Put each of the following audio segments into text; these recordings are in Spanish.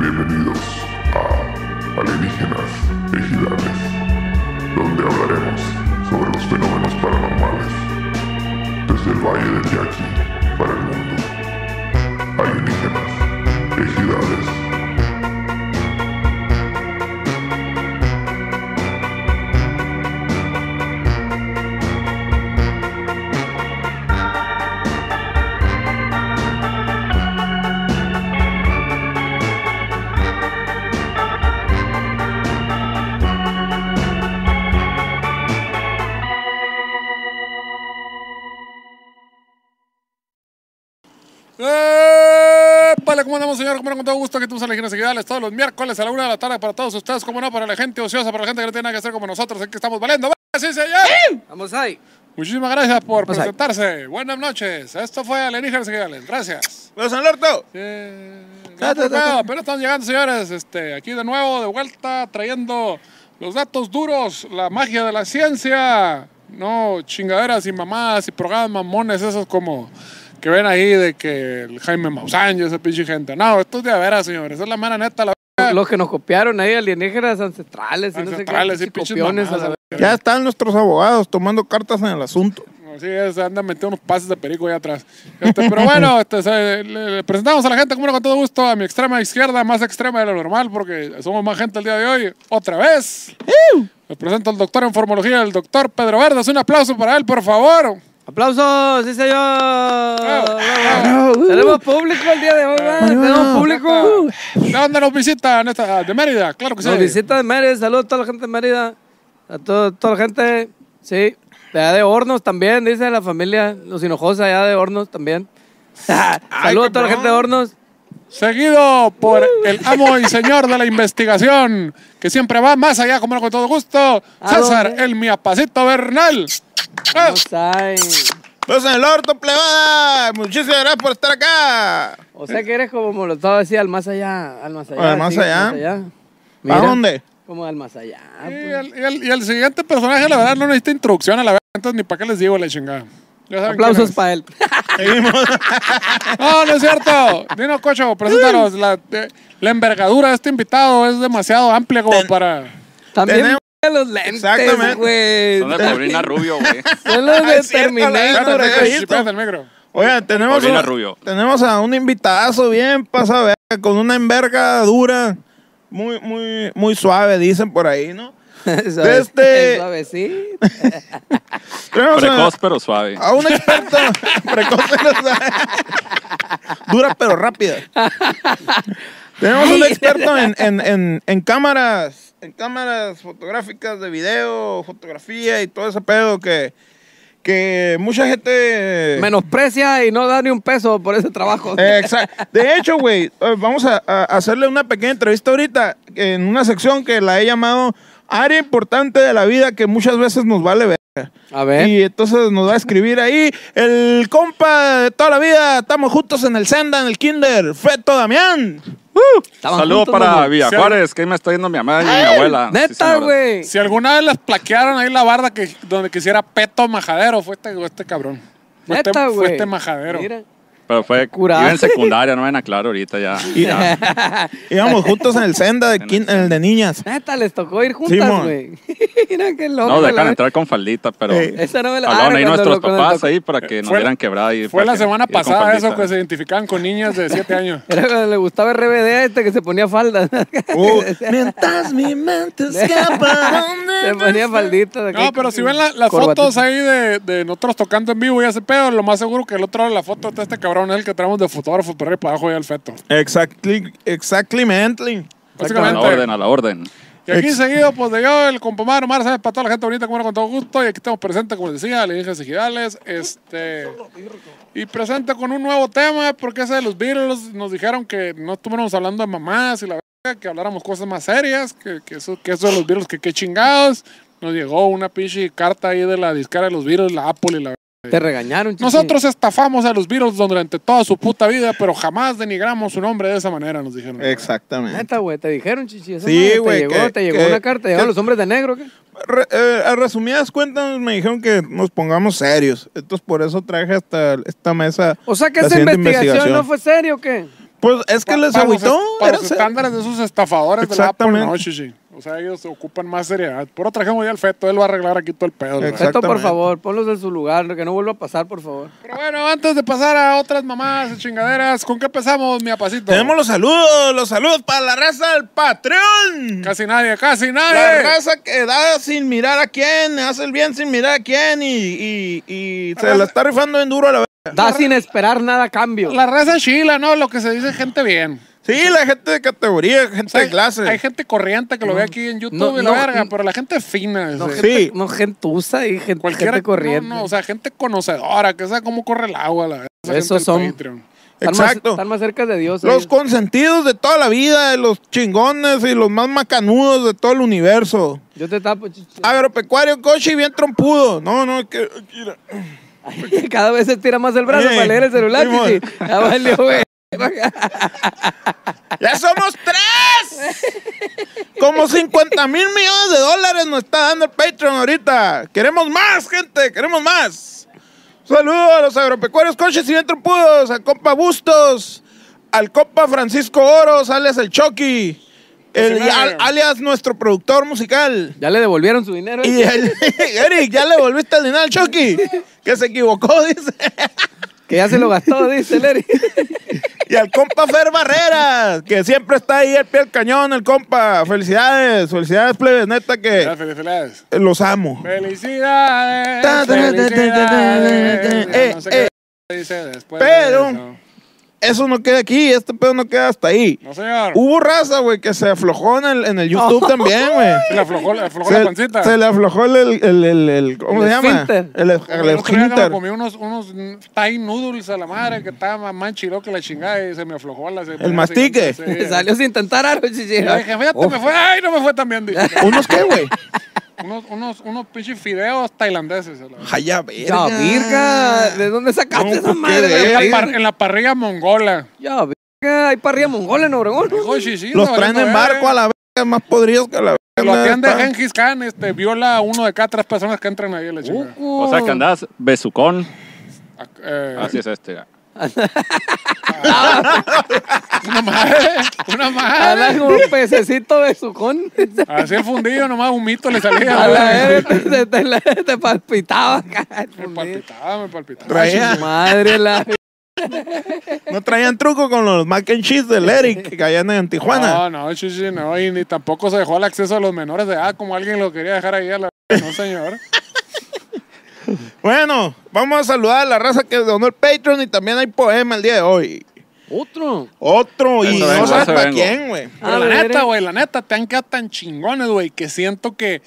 Bienvenidos a Alienígenas Ejidales, donde hablaremos sobre los fenómenos paranormales desde el Valle del Yaqui para el mundo. Alienígenas Ejidales. Vale, ¿cómo andamos, señor? Bueno, con todo gusto que tú elegir seguidales todos los miércoles a la una de la tarde para todos ustedes, como no, para la gente ociosa, para la gente que no tiene nada que hacer como nosotros, aquí estamos valiendo. ¡Vale, sí, señor! Vamos ahí. Muchísimas gracias por Pues ahí. presentarse. Buenas noches. Esto fue Alienígenas Seguidales. Gracias. ¡Vamos al orto! Eh, Ta, ta, ta, ta. Pero estamos llegando, señores. Este, aquí de nuevo, de vuelta, trayendo los datos duros, la magia de la ciencia. No chingaderas y mamadas y programas mamones, esos como que ven ahí de que el Jaime Maussan y esa pinche gente. No, esto es de a veras, señores. Esa es la mera neta, la Los que nos copiaron ahí, alienígenas ancestrales, ancestrales y y Ah, no sé qué, pinches pinches copiones a la mamadas. vez. Ya están nuestros abogados tomando cartas en el asunto. Así es, anda metiendo unos pases de perico ahí atrás. Este, pero bueno, este, se- le, le presentamos a la gente, como no, con todo gusto, a mi extrema izquierda, más extrema de lo normal, porque somos más gente el día de hoy, otra vez. Les presento al doctor en formología, el doctor Pedro Verdes. Un aplauso para él, por favor. ¡Aplausos! ¡Sí, señor! Bravo. Bravo. Tenemos público el día de hoy, ¿verdad? Tenemos público. ¿De dónde nos visitan? Esta- De Mérida, claro que sí. Nos visita de Mérida. Saludos a toda la gente de Mérida. A todo- toda la gente, sí. De allá de Hornos también, dice la familia. Los Hinojosa allá de Hornos también. Saludos a toda la gente de Hornos. Seguido por el amo y señor de la investigación, que siempre va más allá, como no, con todo gusto, ¿A César, dónde? el miapacito Bernal. Ah. Vamos ahí. ¡Vamos al Pues orto, plebada! Muchísimas gracias por estar acá. O sea que eres como Molotov, así al más allá, al más allá. Al más sí, allá. Mira, ¿A dónde? Como al más allá. Y pues. el, y el- y el siguiente personaje, la verdad, no necesita introducción a la verdad, entonces ni para qué les digo la chingada. Ya saben Aplausos quién para él. Seguimos. es. No, no es cierto. Dino Cocho, preséntanos. La, eh, la envergadura de este invitado es demasiado amplia como Ten- para. También Tenemos- los lentes, Exactamente. güey. Son de Paulina Rubio, güey. Son los Ah, de es cierto, la Terminator. verdad, acá. sí. Sí, pégate el micro. Oigan, tenemos, Paulina un- Rubio. tenemos a un invitadazo bien pasado, verga, con una enverga dura, muy, muy, muy suave, dicen por ahí, ¿no? Suave- Este- suavecito. Tenemos a, Precoz pero suave. a un experto precoz, pero suave. dura pero rápida. Tenemos un Ay. experto en, en- en- en cámaras, en cámaras fotográficas de video, fotografía y todo ese pedo que, que mucha gente... Menosprecia y no da ni un peso por ese trabajo. Exacto. De hecho, güey, eh, vamos a, a hacerle una pequeña entrevista ahorita en una sección que la he llamado área importante de la vida que muchas veces nos vale ver. A ver. Y entonces nos va a escribir ahí el compa de toda la vida. Estamos juntos en el Senda, en el Kinder. Feto Damián. Estaban Saludo juntos, para ¿no? Villa Sí. Juárez, que ahí me está viendo mi mamá y mi abuela. Sí, Neta, señora. güey. Si alguna vez les plaquearon ahí la barda que, donde quisiera peto majadero, fue este, fue este cabrón. Fue este- Neta, güey. Fue este majadero. Mira. Pero fue Curado. iba en secundaria, no ven a claro ahorita ya. ya. Íbamos juntos en el Senda, de kin- en el de niñas. Neta, les tocó ir juntas, Simón. güey. Mira qué loco. No, la dejan verdad. entrar con faldita, pero Sí. Esa no me la hablaban Ah, ahí cuando nuestros lo- cuando papás tocó- ahí para que nos Fue- dieran quebrada. y Fue para la que semana ir con pasada faldita. eso pues, que se identificaban con niñas de 7 años. Era cuando le gustaba RBD a este que se ponía falda. Uh, mientras mi mente escapa. se ponía faldita. de aquí. No, pero si ven la- las Corbatita. fotos ahí de, de nosotros tocando en vivo y ese pedo, lo más seguro que el otro lado de la foto está este cabrón, es el que traemos de fotógrafo por ahí para abajo y al feto. Exactly, exactamente. A la Básicamente. orden, a la orden. Y aquí seguido, pues de yo, el compadre Omar, ¿sabes? Para toda la gente bonita, como era, con todo gusto. Y aquí estamos presentes, como les decía, le dije Sigidales. Este. Y presente con un nuevo tema, porque ese de los Beatles nos dijeron que no estuviéramos hablando de mamás y la verga, que habláramos cosas más serias, que, que, eso, que eso de los Beatles, que qué chingados. Nos llegó una pinche carta ahí de la discara de los Beatles, la Apple y la verga, Te regañaron, chichi. Nosotros estafamos a los Beatles durante toda su puta vida, pero jamás denigramos su nombre de esa manera, nos dijeron. Exactamente. Neta, güey, te dijeron, chichi. Esa Sí, madre güey, Te llegó, que- te llegó que- una carta. Llegaron que- los hombres de negro. ¿qué? Re- eh, a resumidas cuentas, me dijeron que nos pongamos serios. Entonces, por eso traje hasta esta mesa. O sea, que la esa siguiente investigación, no fue serio, o ¿qué? Pues es que les Para los agüitó. est- Para era los ser- estándares de esos estafadores de la Apple, Exactamente. no, chichi. O sea, ellos ocupan más seriedad. Por otra trajimos ya al feto, él va a arreglar aquí todo el pedo. güey. Exacto. Esto, por Exactamente. favor, ponlos en su lugar, que no vuelva a pasar, por favor. Pero bueno, antes de pasar a otras mamadas y chingaderas, ¿con qué empezamos, mi apacito? Tenemos los saludos, los saludos para la raza del Patreon. Casi nadie, casi La nadie. raza que da sin mirar a quién, hace el bien sin mirar a quién y, y- y se la está rifando en duro a la vez. Da sin esperar nada a cambio. La raza chila, ¿no? Lo que se dice gente bien. Sí, la gente de categoría, gente de clase. Hay gente corriente que lo ve aquí en YouTube Mm, No, y la no, verga, no. pero la gente fina. No, ese. gente, Sí. no gentuza y gente, Cualquiera gente corriente. No, no, o sea, gente conocedora, que sabe cómo corre el agua. La, esa gente del Esos son. Patreon. están, más, Exacto. están más cerca de Dios. eh. Los ellos. consentidos de toda la vida, los chingones y los más macanudos de todo el universo. Yo te tapo, chichi. Agropecuario, coche y bien trompudo. No, no, que. mira. Cada vez se tira más el brazo Ey, para leer el celular, Simón. chichi. Ya valió, güey. ¡Ya somos tres! Como 50 mil millones de dólares nos está dando el Patreon ahorita. Queremos más, gente, queremos más. Saludos a los agropecuarios, coches y bien trompudos, al compa Bustos, al compa Francisco Oros, alias el Chucky, el- Sí, al- señor. alias nuestro productor musical. Ya le devolvieron su dinero. eh, Y el- Eric, ya le volviste el dinero al Chucky, que se equivocó, dice. Que ya se lo gastó, dice Larry. Y al compa Fer Barreras, que siempre está ahí al pie del cañón, el compa. Felicidades, felicidades, plebes, neta que Felicidades. los amo. Felicidades. Ta, ta, ta, ta, ta, ta, ta, ta, felicidades. eh, Ya no sé qué eh. dice después de Pero- eso. Eso no queda aquí, este pedo no queda hasta ahí. No, señor. Hubo raza, güey, que se aflojó en el, en el YouTube también, güey. Se le aflojó, le aflojó la pancita. Se, se le aflojó el, el, el, el- el- ¿cómo El se llama? esfínter. El, el, Como el el otro día que me esfínter. comí unos, unos Thai noodles a la madre que estaba más manchilo que la chingada y se me aflojó la se- El mastique. Sí. Salió sin tentar algo, chichi. Y yo dije, fíjate, me fue, ay, no me fue tan bien. dije. ¿Unos qué, güey? unos, unos, unos pinches fideos tailandeses. a la- Jaya, verga. Ya, virga, ¿de dónde sacaste No, esa pues, madre? qué En la, güey? verga. par- en la parrilla mongola. Ya, virga, hay parrilla mongola en Obregón. Hijo de chichito, Los traen valiendo en barco verga. a la verga, más podridos que a la verga. Lo atiende neta. Genghis Khan, este, viola a uno de cada tres personas que entran ahí a la chingada. O sea que andás besucón. A- eh, Así es este. ya. Una madre, una Habla madre. como un pececito de sucón. Así el fundillo, nomás un mito le salía. A la vez te, te- te- te palpitaba acá. Me palpitaba, me palpitaba. Traía- Su Madre la. No traían truco con los mac and cheese del Eric que allá en Tijuana. No, no, chichi, no. Y ni tampoco se dejó el acceso a los menores de edad como alguien lo quería dejar ahí a la. No, señor. Bueno, vamos a saludar a la raza que donó el Patreon y también hay poema el día de hoy. Otro. Otro, y Eso no vengo, sabes eso para vengo. quién, güey. Pero A la ver, neta, eh. güey, la neta, te han quedado tan chingones, güey, que siento que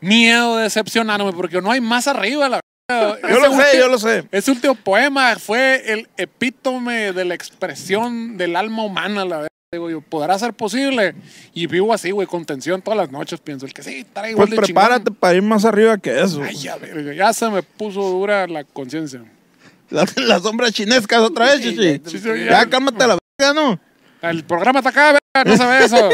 miedo de decepcionarme porque no hay más arriba, la verdad. Yo lo sé, yo lo sé. Ese último poema fue el epítome de la expresión del alma humana, la verdad. Digo yo, ¿podrá ser posible? Y vivo así, güey, con tensión todas las noches. Pienso, el que sí, trae igual Pues de chingón. prepárate para ir más arriba que eso. Ay, ya, verga, ya se me puso dura la conciencia. Las, las sombras chinescas otra vez, chichi. Sí, sí, Ya ya. cálmate la verga, ¿no? El programa está acá, verga, no sabe eso.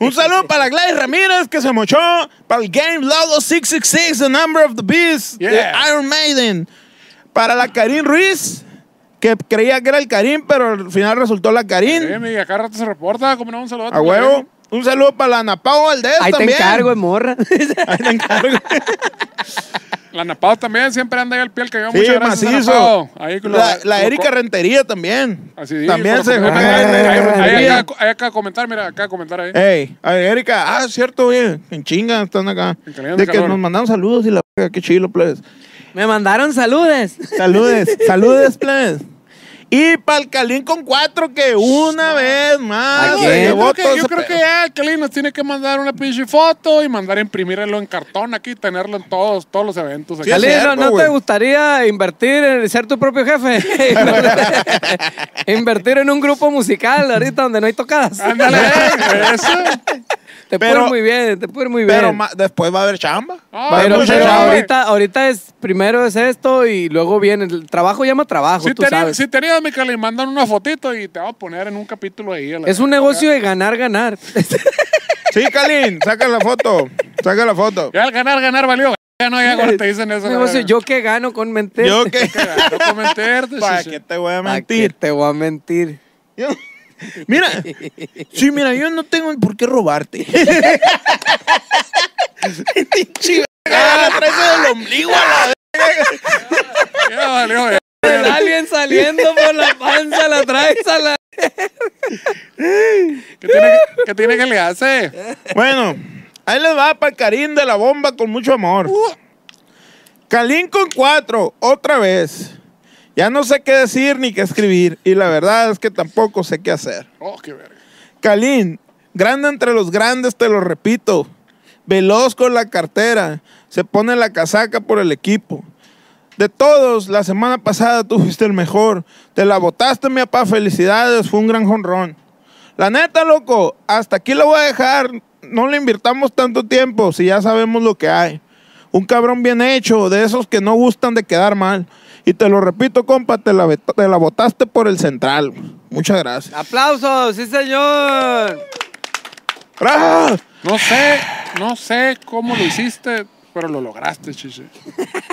Un saludo para la Gladys Ramírez que se mochó, para el Game Loud 666, The Number of the Beast, de Yeah. Iron Maiden, para la Karin Ruiz, que creía que era el Karim, pero al final resultó la Karin. Eh, mi, acá rato se reporta, como no, un saludo. A huevo. Un saludo para la Ana Pao Valdés Ahí te también. encargo, eh, morra. Ahí te encargo. La Napao también siempre anda ahí al pie al cañón. Sí, Muchas gracias, macizo. Napao. Ahí con la lo- la lo- Erika Rentería también. Así digo, también con se lo- dejó Ahí- caer la Erika ahí- ahí Rentería. acá- Ahí acá comentar, mira, acá comentar ahí. Ey, a ver, Erika, ah, cierto, oye, en chinga están acá. En caliente De que calor. nos mandaron saludos y la verga, qué chilo, pues. plebes. Me mandaron saludes. Saludes, saludes, plebes. Y para el Calín con cuatro, que una vez ¿A más quién? se Ah, Yo creo llevó todo que, yo ese creo que pedo. ya el Kelly nos tiene que mandar una pinche foto y mandar a imprimirlo en cartón aquí, tenerlo en todos, todos los eventos. aquí. Sí, Cali, es ¿no, cierto, no te güey. gustaría invertir en ser tu propio jefe? invertir en un grupo musical ahorita donde no hay tocadas. Ándale, eh, eso. Te puede Pero- ir muy bien, te puede ir muy bien. Pero ma- después va a haber chamba. Ah, va a haber Pero, Pues, mucha pero eh, chamba. ahorita, ahorita es primero es esto y luego viene. El trabajo llama trabajo, Si tú tenías, sabes. si tenías, mi Cali, mandan una fotito y te va a poner en un capítulo ahí. a la- es un negocio de ganar, ganar. Sí, Kalin, saca la foto. Saca la foto. Ya al ganar, ganar valió. Ya no, ya cuando te dicen eso. Un negocio, ya- yo que gano con mentir. Yo que. No comentarte. ¿Para sí, qué sí. te voy a ¿Pa' qué mentir? te voy a mentir. Yo- Mira, sí, mira, yo no tengo por qué robarte. Chiva, Ah, la traes en el ombligo a la Ya valió, ya. alguien saliendo por la panza, la traes a la. ¿Qué tiene, que- qué tiene que le hace? Bueno, ahí les va para el Karim de la bomba con mucho amor. Kalin con cuatro, otra vez. Ya no sé qué decir ni qué escribir. Y la verdad es que tampoco sé qué hacer. Oh, qué verga. Kalin, grande entre los grandes, te lo repito. Veloz con la cartera. Se pone la casaca por el equipo. De todos, la semana pasada tú fuiste el mejor. Te la botaste, mi papá. Felicidades, fue un gran jonrón. La neta, loco, hasta aquí lo voy a dejar. No le invirtamos tanto tiempo si ya sabemos lo que hay. Un cabrón bien hecho, de esos que no gustan de quedar mal. Y te lo repito, compa, te la, bet- te la botaste por el central. Muchas gracias. ¡Aplausos! ¡Sí, señor! ¡Bravo! No sé, no sé cómo lo hiciste, pero lo lograste, chiche.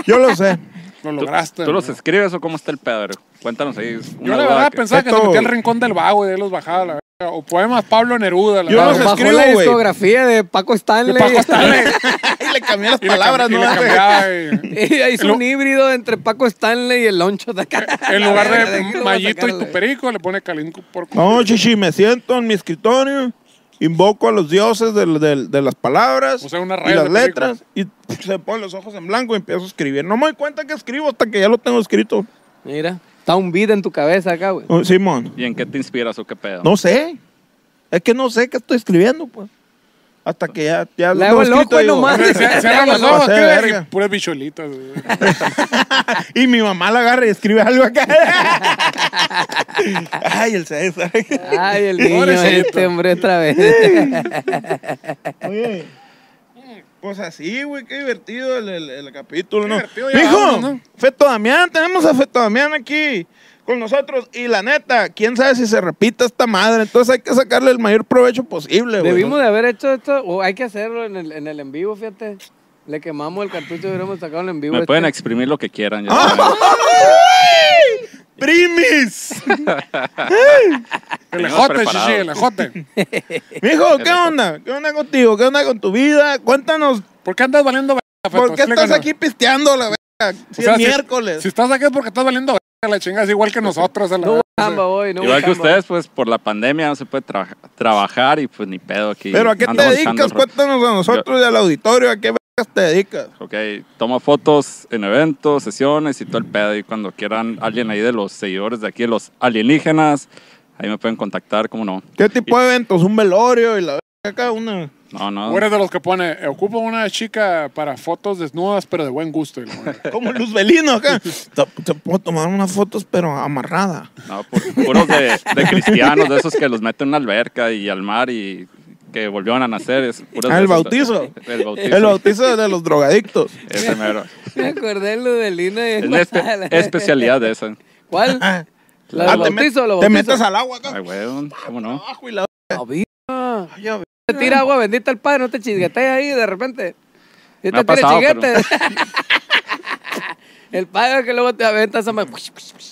Yo lo sé. Lo ¿Tú, lograste. tú los hermano. escribes o cómo está el pedo? A ver, Cuéntanos ahí. una Yo la duda verdad que- pensaba que se Beto. metía al rincón del vago y de ahí los bajaba a la verga. O poemas Pablo Neruda. La Yo verga. los Bajó escribo, la güey. discografía de Paco Stanley. Paco Stanley. y le cambié las Y le cam- palabras, y le ¿no? cambiaba, y- Hizo un híbrido entre Paco Stanley y el loncho de acá. En lugar La verga, de ¿cómo Mallito y sacarle? tu perico, le pone Calín por No, chichi, me siento en mi escritorio, invoco a los dioses del- del- de, las palabras O sea, una y raya las de letras y se ponen los ojos en blanco y empiezo a escribir. No me doy cuenta que escribo hasta que ya lo tengo escrito. Mira, está un beat en tu cabeza acá, güey. Oh, Simón, ¿Y en qué te inspiras o qué pedo? no sé. Es que no sé qué estoy escribiendo, pues. Hasta que ya, ya Le hago el tengo loco y digo, nomás. Cier- Cierra los Ya me ojos, pasé de ¿qué? verga. Y puras bicholitas. güey. Y mi mamá la agarra y escribe algo acá. Ay, el César. Ay, el niño Pobrecito. este hombre otra vez. Oye, pues así, güey, qué divertido el, el- el capítulo, ¿no? divertido, ya Mijo, vámonos, ¿no? Feto Damián, tenemos a Feto Damián aquí con nosotros. Y la neta, quién sabe si se repita esta madre. Entonces hay que sacarle el mayor provecho posible, güey. Debimos de haber hecho esto, o hay que hacerlo en el en, el en vivo, fíjate. Le quemamos el cartucho y hubiéramos sacado el en vivo. Me este. pueden exprimir lo que quieran. ya saben. ¡Ay! ¡Primis! El Venimos ejote, preparados. chichi, el ejote. Mijo, ¿qué onda? ¿Qué onda contigo? ¿Qué onda con tu vida? Cuéntanos, ¿Por qué andas valiendo verga, Feto? ¿por qué estás Explícanos. aquí pisteando la verga? Si O sea, es si- miércoles. Si estás aquí es porque estás valiendo verga, la chingada, es igual que nosotros. a la No verga. chamba hoy, no Igual que chamba. ustedes, pues por la pandemia no se puede tra- trabajar y pues ni pedo aquí. ¿Pero a qué te Ando dedicas? buscando- Cuéntanos a nosotros y al auditorio, ¿a qué vergas te dedicas? Ok, toma fotos en eventos, sesiones y todo el pedo. Y cuando quieran alguien ahí de los seguidores de aquí, de los alienígenas, ahí me pueden contactar, ¿cómo no? ¿Qué tipo de eventos? ¿Un velorio y la verga cada una? No, no. O eres de los que pone, eh, ocupo una chica para fotos desnudas, pero de buen gusto. y la verga. Como Luz Belino acá. Te, te puedo tomar unas fotos, pero amarrada. No, pu- puros de, de cristianos, de esos que los meten en una alberca y al mar y que volvieron a nacer. Es puros Ah, de el esos. bautizo. El bautizo. El bautizo de los drogadictos. Ese mero. Me acordé de Ludelina y Es una espe- especialidad de esa. ¿Cuál? ¿La Ah, del te, met- bautizo, lo te bautizo? metes al agua acá. Ay, güey, ¿cómo no? Abajo y la Ah, vida. Ay, ya ve- Te tira agua bendita el padre, no te chisguetees ahí de repente. Y Me te ha tira pasado, chiguete. el padre que luego te avienta esa ma-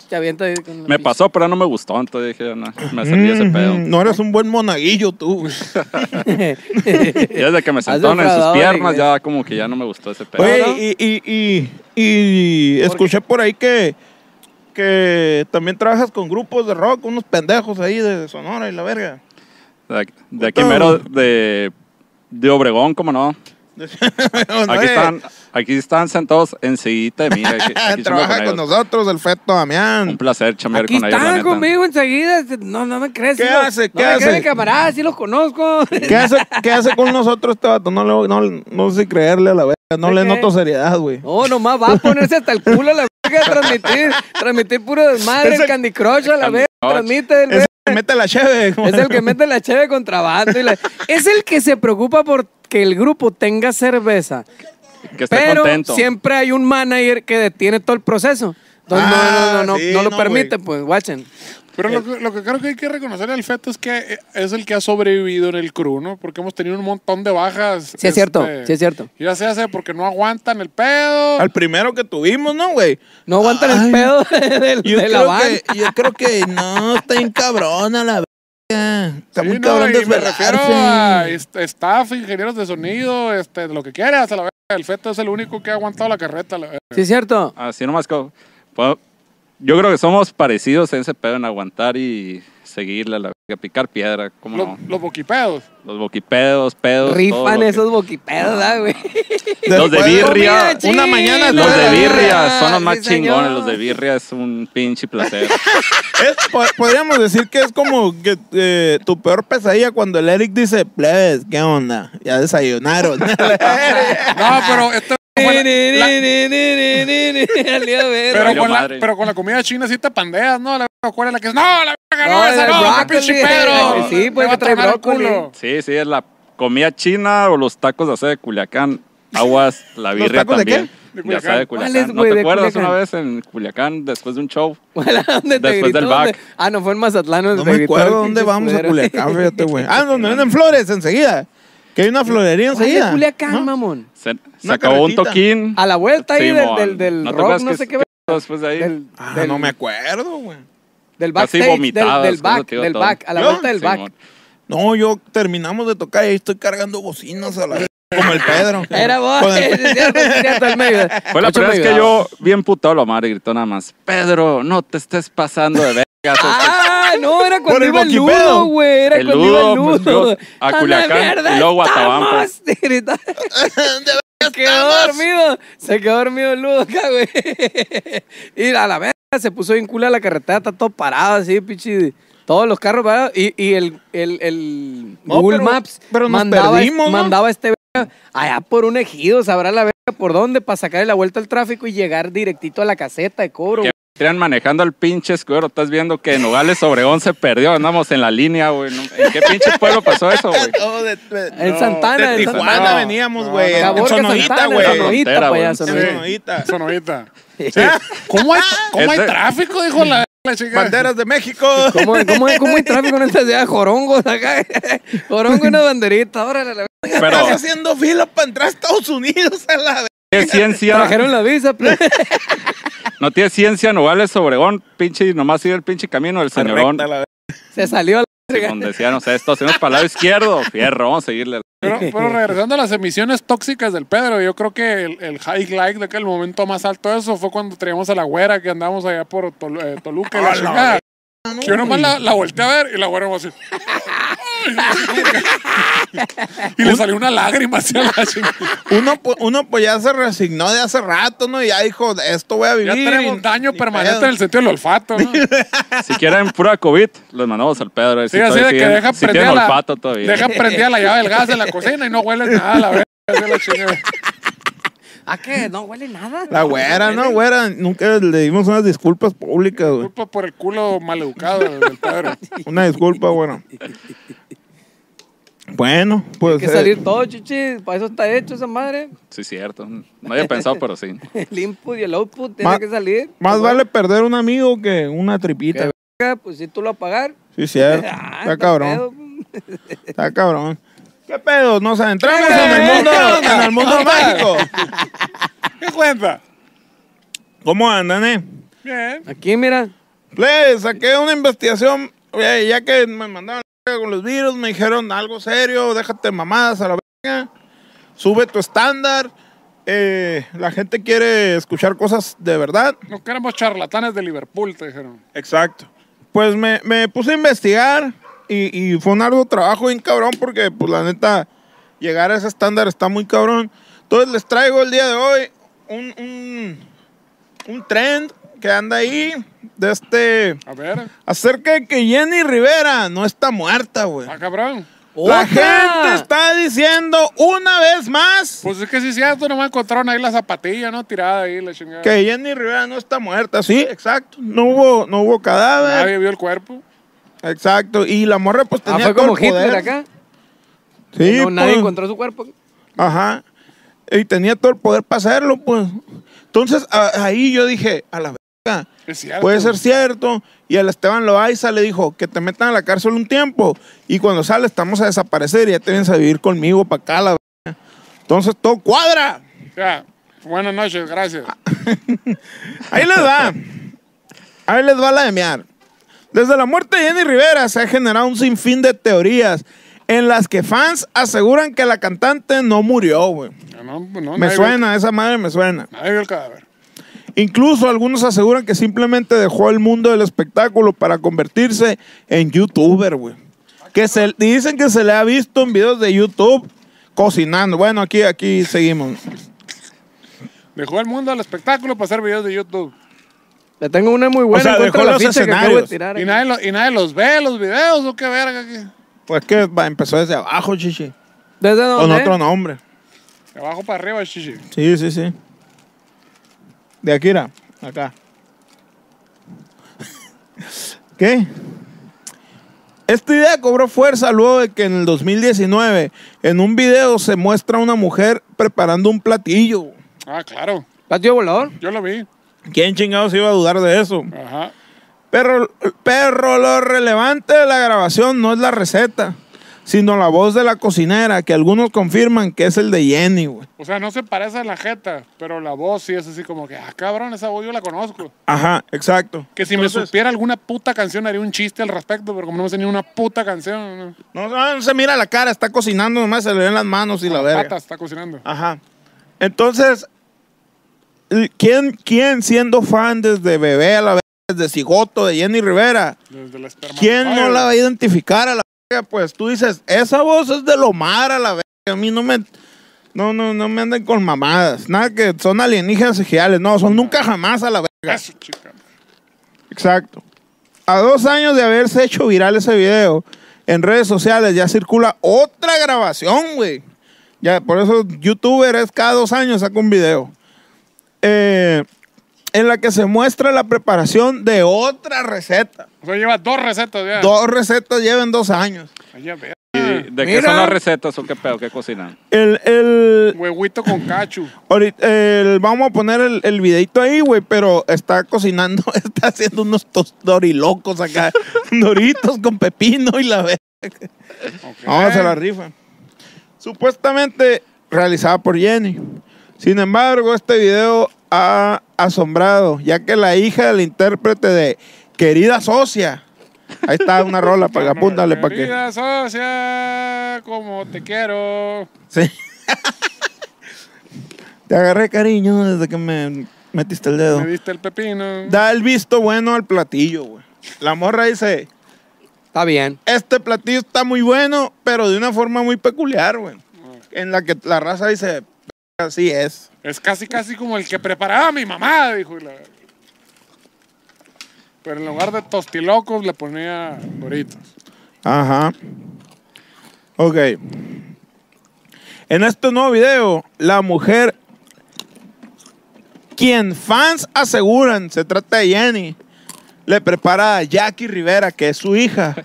Te avienta ahí con la Me pinche- pasó, pero no me gustó, entonces dije, no, me salí de ese pedo. Mm, No eres un buen monaguillo tú. Y desde que me Has sentaron en sus defraudado a la piernas, iglesia. ya como que ya no me gustó ese pedo. Oye, ¿no? y, y, y, y escuché por ahí que, que también trabajas con grupos de rock, unos pendejos ahí de Sonora y la verga. De, aquí- de aquí mero de, de Obregón, ¿cómo no? Aquí están, aquí están sentados enseguida de mí. Aquí, aquí somos Trabaja con ellos. nosotros el feto Un Damián. placer chambear Aquí con ellos. la están neta. conmigo enseguida. Este, No, no me crees. ¿Qué sí lo- hace? No ¿Qué me hace? creen, camarada, sí los conozco. ¿Qué hace, ¿Qué hace con nosotros este vato? No, le, no, no sé si creerle a la verga. No ¿De le qué? noto seriedad, güey. No, nomás va a ponerse hasta el culo a la verga a transmitir, transmitir puro desmadre, el Candy Crush a la Candy verga. transmite el Es el que mete la cheve. Es el que mete la cheve contrabando. y la- Es el que se preocupa por que el grupo tenga cerveza. Que esté Pero contento. siempre hay un manager que detiene todo el proceso. Entonces, no, Ah, no, no, no, sí, no lo no, permite, pues, guachen. Pero Eh, lo que, lo que creo que hay que reconocer al Feto es que eh, es el que ha sobrevivido en el crew, ¿no? Porque hemos tenido un montón de bajas. este, Sí, Este es cierto, sí, es cierto. y Ya se hace porque no aguantan el pedo. Al primero que tuvimos, ¿no, güey? No aguantan el pedo del- de, Yo, la creo van. que, yo creo que no, está bien cabrón a la verga. Está Sí, muy no, cabrón y me refiero a desvelarse. est- staff, ingenieros de sonido, este, lo que quieras, a la verga. El Feto es el único que ha aguantado la carreta. a la verga. Sí, es cierto. Así nomás. co- po- Yo creo que somos parecidos en ese pedo en aguantar y seguirle a la verga, picar piedra, ¿cómo Los, no? los boquipedos. Los boquipedos, pedos. todo lo Rifan que- esos boquipedos, ¿ah, güey. Los de Después- birria. Comida Una mañana china. Los de birria son Ah, los más sí, señor. chingones. Los de birria es un pinche placer. Es- po- podríamos decir que es como que, eh, tu peor pesadilla cuando el Eric dice, plebes, ¿qué onda? Ya desayunaron. No, pero este- Ah, Ni, ni, ni, ni, ni, ni, ni, ni, al día de ver. Pero Valió con, la, madre. pero con la comida china sí te pandeas, ¿no? La verga, ¿cuál es la que es? No, la verga, no, No, esa el no, qué brócoli. pinche Pedro. Sí, Me pues, va que a trae tronar el brócoli. culo. Sí, sí, es la comida china o los tacos de asada de Culiacán. Aguas, la ¿Los birria tacos de también. qué? De De asada de Culiacán. Culiacán. ¿Cuáles, ¿No güey, te de acuerdas Culiacán? una vez en Culiacán después de un show? ¿Dónde te Después gritó? del ¿Dónde? back. Ah, no, fue en Mazatlán. donde No te me gritó acuerdo el dónde pinche vamos a culero. Culiacán, fíjate, güey. Ah, donde venden flores enseguida. Que hay una florería ¿Cuál es enseguida. Culiacán, ¿no? mamón? Se, se Una acabó un carretita. toquín. A la vuelta ahí del- Simón. del- del te rock, acuerdas no que- sé qué que Después de ahí. Del, Ah, del- no me acuerdo, güey. del casi backstage, del, vomitadas, del cosas, back, tío, del todo. back, a la ¿Yo? vuelta del back. Simón. No, yo terminamos de tocar y ahí estoy cargando bocinas a la verga, como el Pedro. Era vos, Con el- es cierto, es cierto, el medio. Fue la Ocho primera vez que medio. yo, bien putado, lo madre, gritó nada más: Pedro, no te estés pasando de vergas. Ah, no, era Por cuando el iba el boquipedo. Ludo, güey. Era El cuando iba el Ludo, pues, Ludo. luego a Culiacán y luego a Tabampo. Guatabampo. Se quedó dormido. Se quedó dormido el Ludo acá, güey. Y a la verga se puso bien culo a la carretera, está todo parado así, pichi. Todos los carros parados. Y, y el, el, el No, Google pero- Maps pero nos mandaba, perdimos, ¿no? mandaba este verga allá por un ejido, sabrá la verga por dónde, para sacarle la vuelta al tráfico y llegar directito a la caseta de cobro. Que tiran manejando al pinche escudero. Estás viendo que Nogales Obregón se perdió. Andamos en la línea, güey. ¿no? ¿En qué pinche pueblo pasó eso, güey? Oh, de- de- En Santana, de en Tijuana Santana. veníamos, No, güey. no, en- en Caborca, Sonorita, Santana, güey. en Sonorita, Frontera, güey. payaso. ¿no? Sí. Sí. Sonorita. Sonorita. ¿Cómo hay, cómo hay Este- tráfico? Dijo la, la chica. Banderas de México. ¿Cómo, cómo, ¿Cómo hay tráfico en esta ciudad? Jorongo, acá. Jorongo y una banderita. Ahora la- la- Pero Estás haciendo fila para entrar a Estados Unidos a la verga. tiene ciencia. trajeron la visa. ple- No tiene ciencia Nogales Obregón. Pinche, nomás ir el pinche camino del señorón. Recta, la verga. Se salió a la verga. Donde decían, o sea, esto, si nos para el lado izquierdo, fierro, vamos a seguirle. Pero, pero regresando a las emisiones tóxicas del Pedro, yo creo que el, el high like de aquel momento más alto de eso fue cuando traíamos a la güera que andábamos allá por Tol- eh, Toluca y la chingada. Que yo nomás la, la volteé a ver y la güera me así. y le salió una lágrima así a la chingada. Uno, pu- uno pues ya se resignó de hace rato, ¿no? Y ya dijo, esto voy a Ya vivir. tenemos y- daño y permanente pedo. en el sentido del olfato, ¿no? Si quieren pura COVID, los mandamos al Pedro. a ver Sí, así todavía de que siguen- deja si prendida tienen la, olfato todavía. deja prendida la llave del gas en la cocina y no hueles nada, la verga. así a la chingada. ¿A qué? Ah, No huele nada. La güera, ¿no? Güera, nunca le dimos unas disculpas públicas, güey. Culpa por el culo maleducado del Pedro. Una disculpa, bueno. Bueno, pues. Hay que eh, salir todo, chichi. Para eso está hecho esa madre. Sí, cierto. No había pensado, pero sí. El input y el output Ma- tiene que salir. Más Bueno, vale perder un amigo que una tripita. verga, Pues si tú lo apagar. Sí, cierto. Ah, Está no cabrón. pedo. Está cabrón. ¿Qué pedo? Nos adentramos ¿Qué en el pedo? mundo, en el mundo mágico. ¿Qué cuenta? ¿Cómo andan, eh? Bien. Aquí, mira. Le Pues, saqué una investigación, eh, ya que me mandaron la verga con los virus, me dijeron algo serio, déjate mamadas a la verga, sube tu estándar, eh, la gente quiere escuchar cosas de verdad. No queremos charlatanes de Liverpool, te dijeron. Exacto. Pues me, me puse a investigar y, y fue un arduo trabajo bien cabrón porque, pues la neta, llegar a ese estándar está muy cabrón. Entonces les traigo el día de hoy un, un, un trend que anda ahí de este... A ver, Acerca de que Jenny Rivera no está muerta, güey. ah, cabrón. La ¡Otra! gente está diciendo una vez más Pues es que sí es cierto, nomás encontraron ahí la zapatilla, ¿no? Tirada ahí, la chingada. que Jenny Rivera no está muerta. Sí, exacto. No hubo, no hubo cadáver. Nadie vio el cuerpo. Exacto. Y la morra pues Ah, tenía fue todo como el poder. Hitler acá. Sí, no, nadie pues, encontró su cuerpo. Ajá. Y tenía todo el poder para hacerlo, pues. Entonces a- ahí yo dije, a la verga, Es cierto. puede ser cierto. Y al Esteban Loaiza le dijo que te metan a la cárcel un tiempo y cuando sales estamos a desaparecer y ya te vienes a vivir conmigo para acá, la verga". Entonces todo cuadra. Ya. Buenas noches, gracias. Ah, Ahí les va. Ahí les va la de mear. Desde la muerte de Jenny Rivera se ha generado un sinfín de teorías en las que fans aseguran que la cantante no murió, güey. No, pues, no, Me nadie suena, esa madre me suena. vio- nadie vio el cadáver. Incluso algunos aseguran que simplemente dejó el mundo del espectáculo para convertirse en youtuber, güey. Que se, dicen que se le ha visto en videos de YouTube cocinando. Bueno, aquí, aquí seguimos. Dejó el mundo al espectáculo para hacer videos de YouTube. Le tengo una muy buena O sea, en contra de dejó la los ficha que acabo de escenarios. tirar. ¿Y aquí. nadie, lo- y nadie los ve, los videos, o qué verga. qué? Pues que va, empezó desde abajo, chichi. ¿Desde Con dónde? otro nombre. De abajo para arriba, chichi. Sí, sí, sí. De Akira, acá. ¿Qué? Esta idea cobró fuerza luego de que en el 2019, en un video, se muestra una mujer preparando un platillo. Ah, claro. ¿Patio volador? Yo lo vi. ¿Quién chingados iba a dudar de eso? Ajá. Pero, pero lo relevante de la grabación no es la receta, sino la voz de la cocinera, que algunos confirman que es el de Jenny, güey. O sea, no se parece a la jeta, pero la voz sí es así como que, ah, cabrón, esa voz yo la conozco. Ajá, exacto. Que si me Entonces- supiera alguna puta canción haría un chiste al respecto, pero como no me sé ni una puta canción, no. No, ah, no, no se mira la cara, está cocinando nomás, se le ven las manos y la verga. Pata está cocinando. Ajá. Entonces, ¿quién, ¿quién siendo fan desde bebé a la verga, desde cigoto de Jenny Rivera, Desde el espermatozoide. quién no la va a identificar a la verga? Pues tú dices, esa voz es de Lomar a la verga, a mí no me... No, no, no me anden con mamadas. Nada que son alienígenas ejidales. No, son nunca jamás a la verga. Eso, chica. Exacto. A dos años de haberse hecho viral ese video, en redes sociales ya circula otra grabación, güey. Ya, por eso youtuber es cada dos años saca un video. Eh, en la que se muestra la preparación de otra receta. O sea, lleva dos recetas ya. Dos recetas llevan dos años. Ay, ya ve. ¿Y de, de qué Mira. son las recetas o qué pedo? ¿Qué cocinan? El, el, Huehuito con cachu. ahorita- el- vamos a poner el, el videito ahí, güey, pero está cocinando, está haciendo unos tos- dorilocos acá. doritos con pepino y la verga. Ok. Vamos a la rifa. Supuestamente realizada por Jenny. Sin embargo, este video ha asombrado, ya que la hija del intérprete de Querida Socia. Ahí está una rola, para que apúntale, para que. Querida socia, como te quiero. Sí. Te agarré cariño desde que me metiste el dedo. Me diste el pepino. Da el visto bueno al platillo, güey. La morra dice: Está bien. Este platillo está muy bueno, pero de una forma muy peculiar, güey. En la que la raza dice: Así es. Es casi, casi como el que preparaba mi mamá, dijo. y la- Pero en lugar de tostilocos le ponía doritos. Ajá. Ok. En este nuevo video, la mujer, quien fans aseguran se trata de Jenny, le prepara a Jackie Rivera, que es su hija,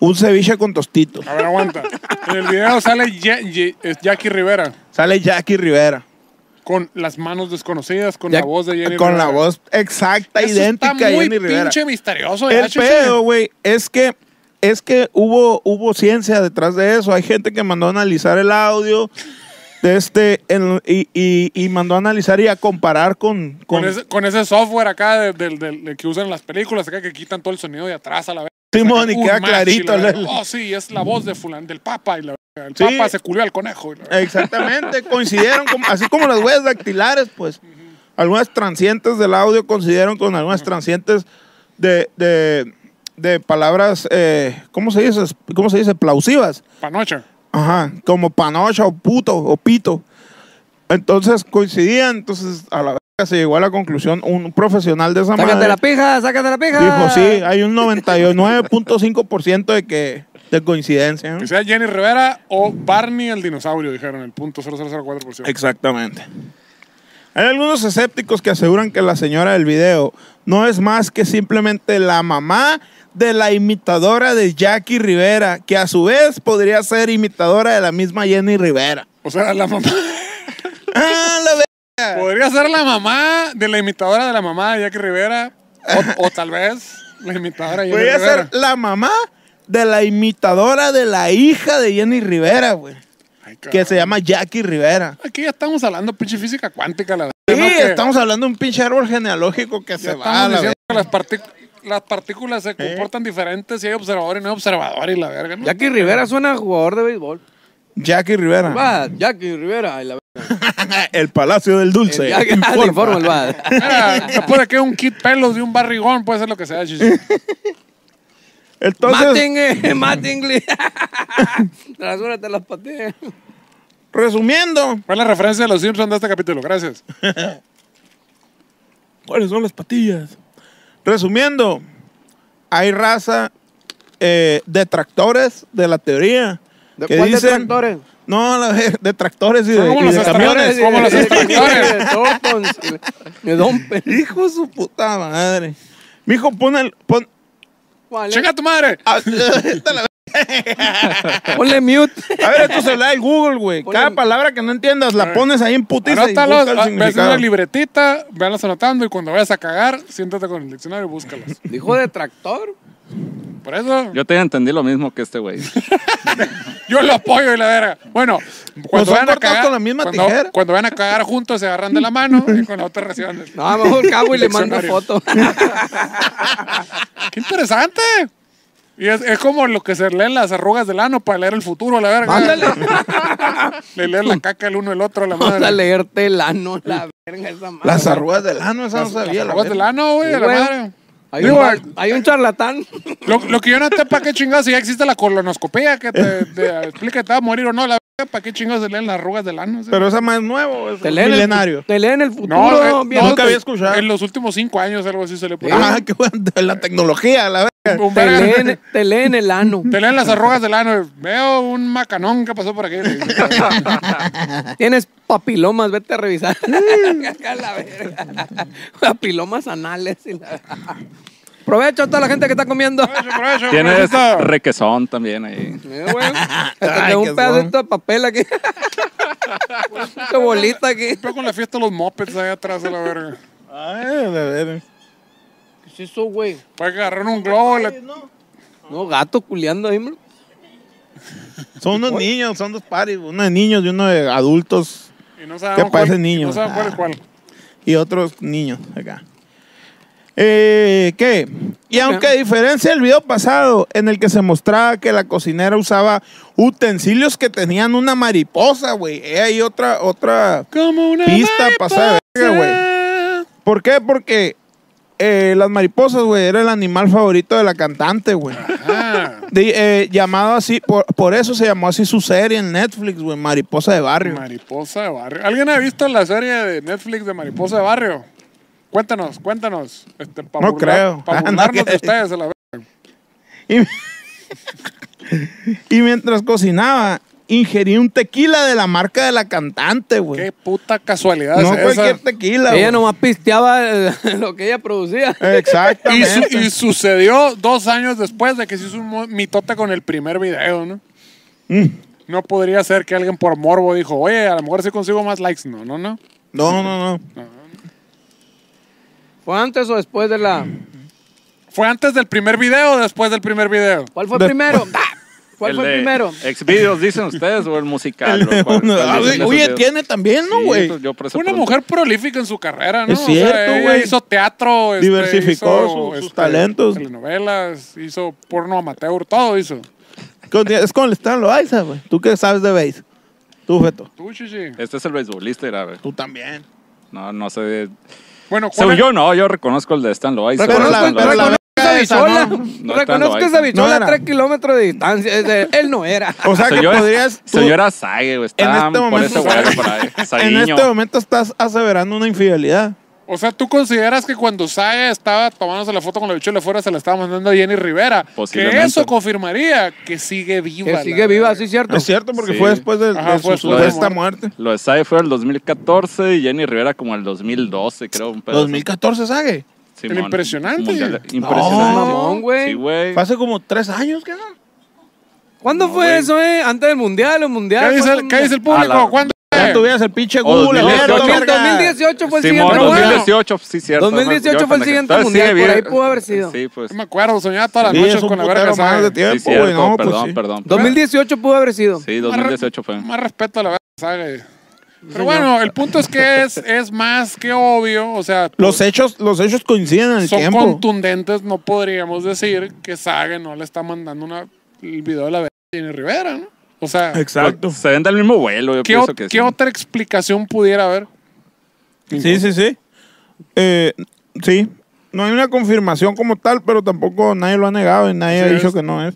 un ceviche con tostito. A ver, aguanta. En el video sale Ye- Ye- es Jackie Rivera Sale Jackie Rivera. con las manos desconocidas, con Ya- la voz de Jenny con Rivera. la voz exacta, Eso idéntica está a muy Jenny Rivera. pinche misterioso. ya, El Chuchi. pedo, güey, es que es que hubo hubo ciencia detrás de eso. Hay gente que mandó a analizar el audio de este en- y, y- y mandó a analizar y a comparar con, Con, con- ese, con ese software acá de- del del- del que usan en las películas, acá que quitan todo el sonido de atrás a la vez. Simón y Un queda match y clarito. la la- verga. Oh, sí, es la voz de fulan, del Papa. Y la, verga. el Sí. Papa se culió al conejo. y la verga. Exactamente, coincidieron como- así como las huellas dactilares, pues. Algunas transientes del audio coincidieron con algunas transientes de, de- de palabras, eh, ¿cómo se dice? ¿Cómo se dice? Plausivas. Panocha. Ajá, como panocha o puto o pito. Entonces coincidían, entonces a la verga se llegó a la conclusión, un profesional de esa Sácate manera la pija, sácate la pija. dijo, sí, hay un 99.5% de que de coincidencia. Que sea Jenny Rivera o Barney el dinosaurio, dijeron, el punto 0004%. Exactamente. Hay algunos escépticos que aseguran que la señora del video no es más que simplemente la mamá de la imitadora de Jackie Rivera, que a su vez podría ser imitadora de la misma Jenny Rivera. o sea, la mamá. ¡Ah, la verga! Podría ser la mamá de la imitadora de la mamá de Jackie Rivera. O, o tal vez la imitadora de Jenny Podría Rivera. ser la mamá de la imitadora de la hija de Jenny Rivera, güey. Ay, Que cabrón. se llama Jackie Rivera. Aquí ya estamos hablando pinche física cuántica, la Sí, verdad, ¿no? Que estamos hablando de un pinche árbol genealógico que ya se estamos va a la diciendo verga. que las, partic- las partículas se comportan diferentes si hay observador y no hay observador y la verga, ¿no? Jackie Rivera suena a jugador de béisbol. Jackie Rivera. eh, Va, Jackie Rivera. y la- El Palacio del Dulce. el Jackie- ah, informa. le informo, el va. Mira, no puede que un kit pelos de un barrigón, puede ser lo que sea, chichi. Entonces, Mating, eh, Mattingly. Rasúrate las patillas. resumiendo, Fue la referencia de los Simpsons de este capítulo, gracias. ¿cuáles son las patillas? Resumiendo, hay raza eh, detractores de la teoría. ¿De que cuál dicen- detractores? No, la ver- detractores y de, como y los de camiones, camiones. como los extractores. eh, De Tortons, de Don Pe- Hijo de su puta madre. Mijo, pon el. Pon, ¿Cuál es? ¡Chinga tu madre! a, vete a la- Ponle mute. a ver, esto se da el Ah. Google, güey. Ponle- Cada palabra que no entiendas la pones ahí en putiza y Anótalos, busca el ve haciendo significado. una libretita, veanlas anotando y cuando vayas a cagar, siéntate con el diccionario y búscalas. Dijo detractor. Por eso, Yo te entendí lo mismo que este güey. yo lo apoyo y la verga. Bueno, cuando Pues son vayan a cortados cagar. con la misma cuando, tijera. cuando vayan a cagar juntos, se agarran de la mano y con la otra reciben. el- No, mejor cabo y le mando Diccionario. foto. ¡Qué interesante! Y es, es como lo que se leen las arrugas del ano para leer el futuro, la verga. Ándale. Le lees la caca el uno el otro, la Vamos madre. a leerte el ano, la verga esa madre. Ah. Las arrugas del ano, esa no sabía. Las la arrugas del verga. ano, güey, Sí, de la güey. madre. Hay Digo, un, bar- hay un charlatán. Lo, lo que yo no sé, ¿para qué chingados? Si ya existe la colonoscopía que te, te explica que te va a morir o no, la verga, ¿para qué chingados se leen las arrugas del ano? Sí. Pero esa más es nuevo, es Te un leen, milenario. el, te leen el futuro. no, eh, bien. no, te- Nunca había escuchado. En los últimos cinco años algo así se le puso. Ah, eh. qué bueno, la tecnología, la verga. Un te, verga. leen, te leen el ano. Te leen las arrugas del ano. y Veo un macanón que pasó por aquí. Tienes papilomas, vete a revisar. Acá la verga. papilomas anales. y la- Provecho a toda la gente que está comiendo. Tienes requesón también ahí. Mira, Eh, güey. Te Ay, tengo qué un pedacito de papel aquí. Una bolita aquí. Fue con la fiesta de los mopeds allá atrás a la verga. Ay, la verga. ¿Qué es eso, güey? Fue que agarraron un globo. y le- No, gato culeando ahí, man. Son unos niños, son dos pares, uno de niños y uno de adultos Y no sabemos Que parece cuál- niño. No sabemos cuál es Ah. cuál. y otros niños acá. Eh, ¿Qué? Y aunque a diferencia del video pasado, en el que se mostraba que la cocinera usaba utensilios que tenían una mariposa, güey. eh, Hay otra, otra Como una pista pasada de verga, güey. ¿Por qué? Porque eh, las mariposas, güey, era el animal favorito de la cantante, güey. Ah, De- eh, llamado así, por, por eso se llamó así su serie en Netflix, güey, Mariposa de Barrio. Mariposa de Barrio. ¿Alguien ha visto la serie de Netflix de Mariposa de Barrio? Cuéntanos, cuéntanos. Este, pa No creo. Para Ah, no burlarnos de creo. ustedes, a la vez. Y, y mientras cocinaba, ingerí un tequila de la marca de la cantante, Qué güey. puta casualidad No es cualquier esa. tequila, Ella güey. nomás pisteaba eh, lo que ella producía. Y, su- Exactamente. y sucedió dos años después de que se hizo un mo- mitote con el primer video, ¿no? Mm. No podría ser que alguien por morbo dijo, oye, a lo mejor sí consigo más likes. No, no, no. No, no, no. ¿Fue antes o después de la...? ¿Fue antes del primer video o después del primer video? ¿Cuál fue Después- primero? ¿Cuál El fue de primero? Xvideos, dicen ustedes, o el musical. o cuál- Uno- cuál ah, dicen esos Oye, videos. tiene también, ¿no, Sí, güey? pues yo por eso Fue una pregunto. mujer prolífica en su carrera, ¿no? Es cierto, ella güey. hizo teatro, este, Diversificó hizo, este, su- sus talentos. Telenovelas, hizo porno amateur, todo hizo. Con- Es con el Stan Loaiza, güey. Tú que sabes de base. Tú, Feto. Tú, chichi. Este es el beisbolista, era, güey. Tú también. No, no sé. Bueno, ¿cuál Según es- yo, no, yo reconozco el de Stan Loaiza. Pero Stan la- Loaiza. pero la- Esa esa, bichola. ¿no? No Reconozco tanto, esa ahí. bichola No a era. 3 kilómetros de distancia. es de- él no era. O sea que Señora- podrías. tú- Señora Sague, güey. Está en este por ese momento- güey, por ahí. en Saguiño. este momento estás aseverando una infidelidad. O sea, ¿tú consideras que cuando Saga estaba tomándose la foto con la bichuela afuera se la estaba mandando a Jenny Rivera? Que Posiblemente. eso confirmaría que sigue viva. Que la sigue viva, verga. sí, es cierto. Es cierto, porque Sí. fue después de, de Ajá, fue su después de supuesta muerte. Lo de Sae fue el 2014 y Jenny Rivera como el 2012, creo. Un pedazo. 2014, ¿sabe? Simón. El impresionante. Mundial de- No, Impresionante. mamón, Sí, güey. güey. Fue hace como tres años, ¿qué no? ¿Cuándo fue eso, eh? ¿Antes del mundial o mundial? ¿Qué dice, el- qué dice el público? A la- ¿Cuándo? Ya tuvieras el pinche Google, 2018. abierto, 2000, verga. 2018 fue el Simón, siguiente pero bueno. 2018, sí, cierto. 2018 Yo fue el pendejo. siguiente Entonces, mundial, sigue por ahí bien. pudo haber sido. Sí, pues. No me acuerdo, soñaba todas las Sí, es noches un con la putero verga más de Saga. Sí, tiempo, cierto, güey. No, pues perdón, sí. perdón. 2018 pudo haber sido. Sí, 2018 fue. Más respeto a la verga Saga. Pero bueno, el punto es que es, es más que obvio, o sea, Los hechos, los hechos coinciden en el son tiempo. contundentes, no podríamos decir que Saga no le está mandando una, el video de la verga a Jenny Rivera, ¿no? O sea, Exacto. Pues, Se ven del mismo vuelo, yo ¿qué, pienso o- que qué sí. otra explicación pudiera haber? Sí, sí, sí. Eh, sí. No hay una confirmación como tal, pero tampoco nadie lo ha negado y nadie Así ha dicho es. que no es.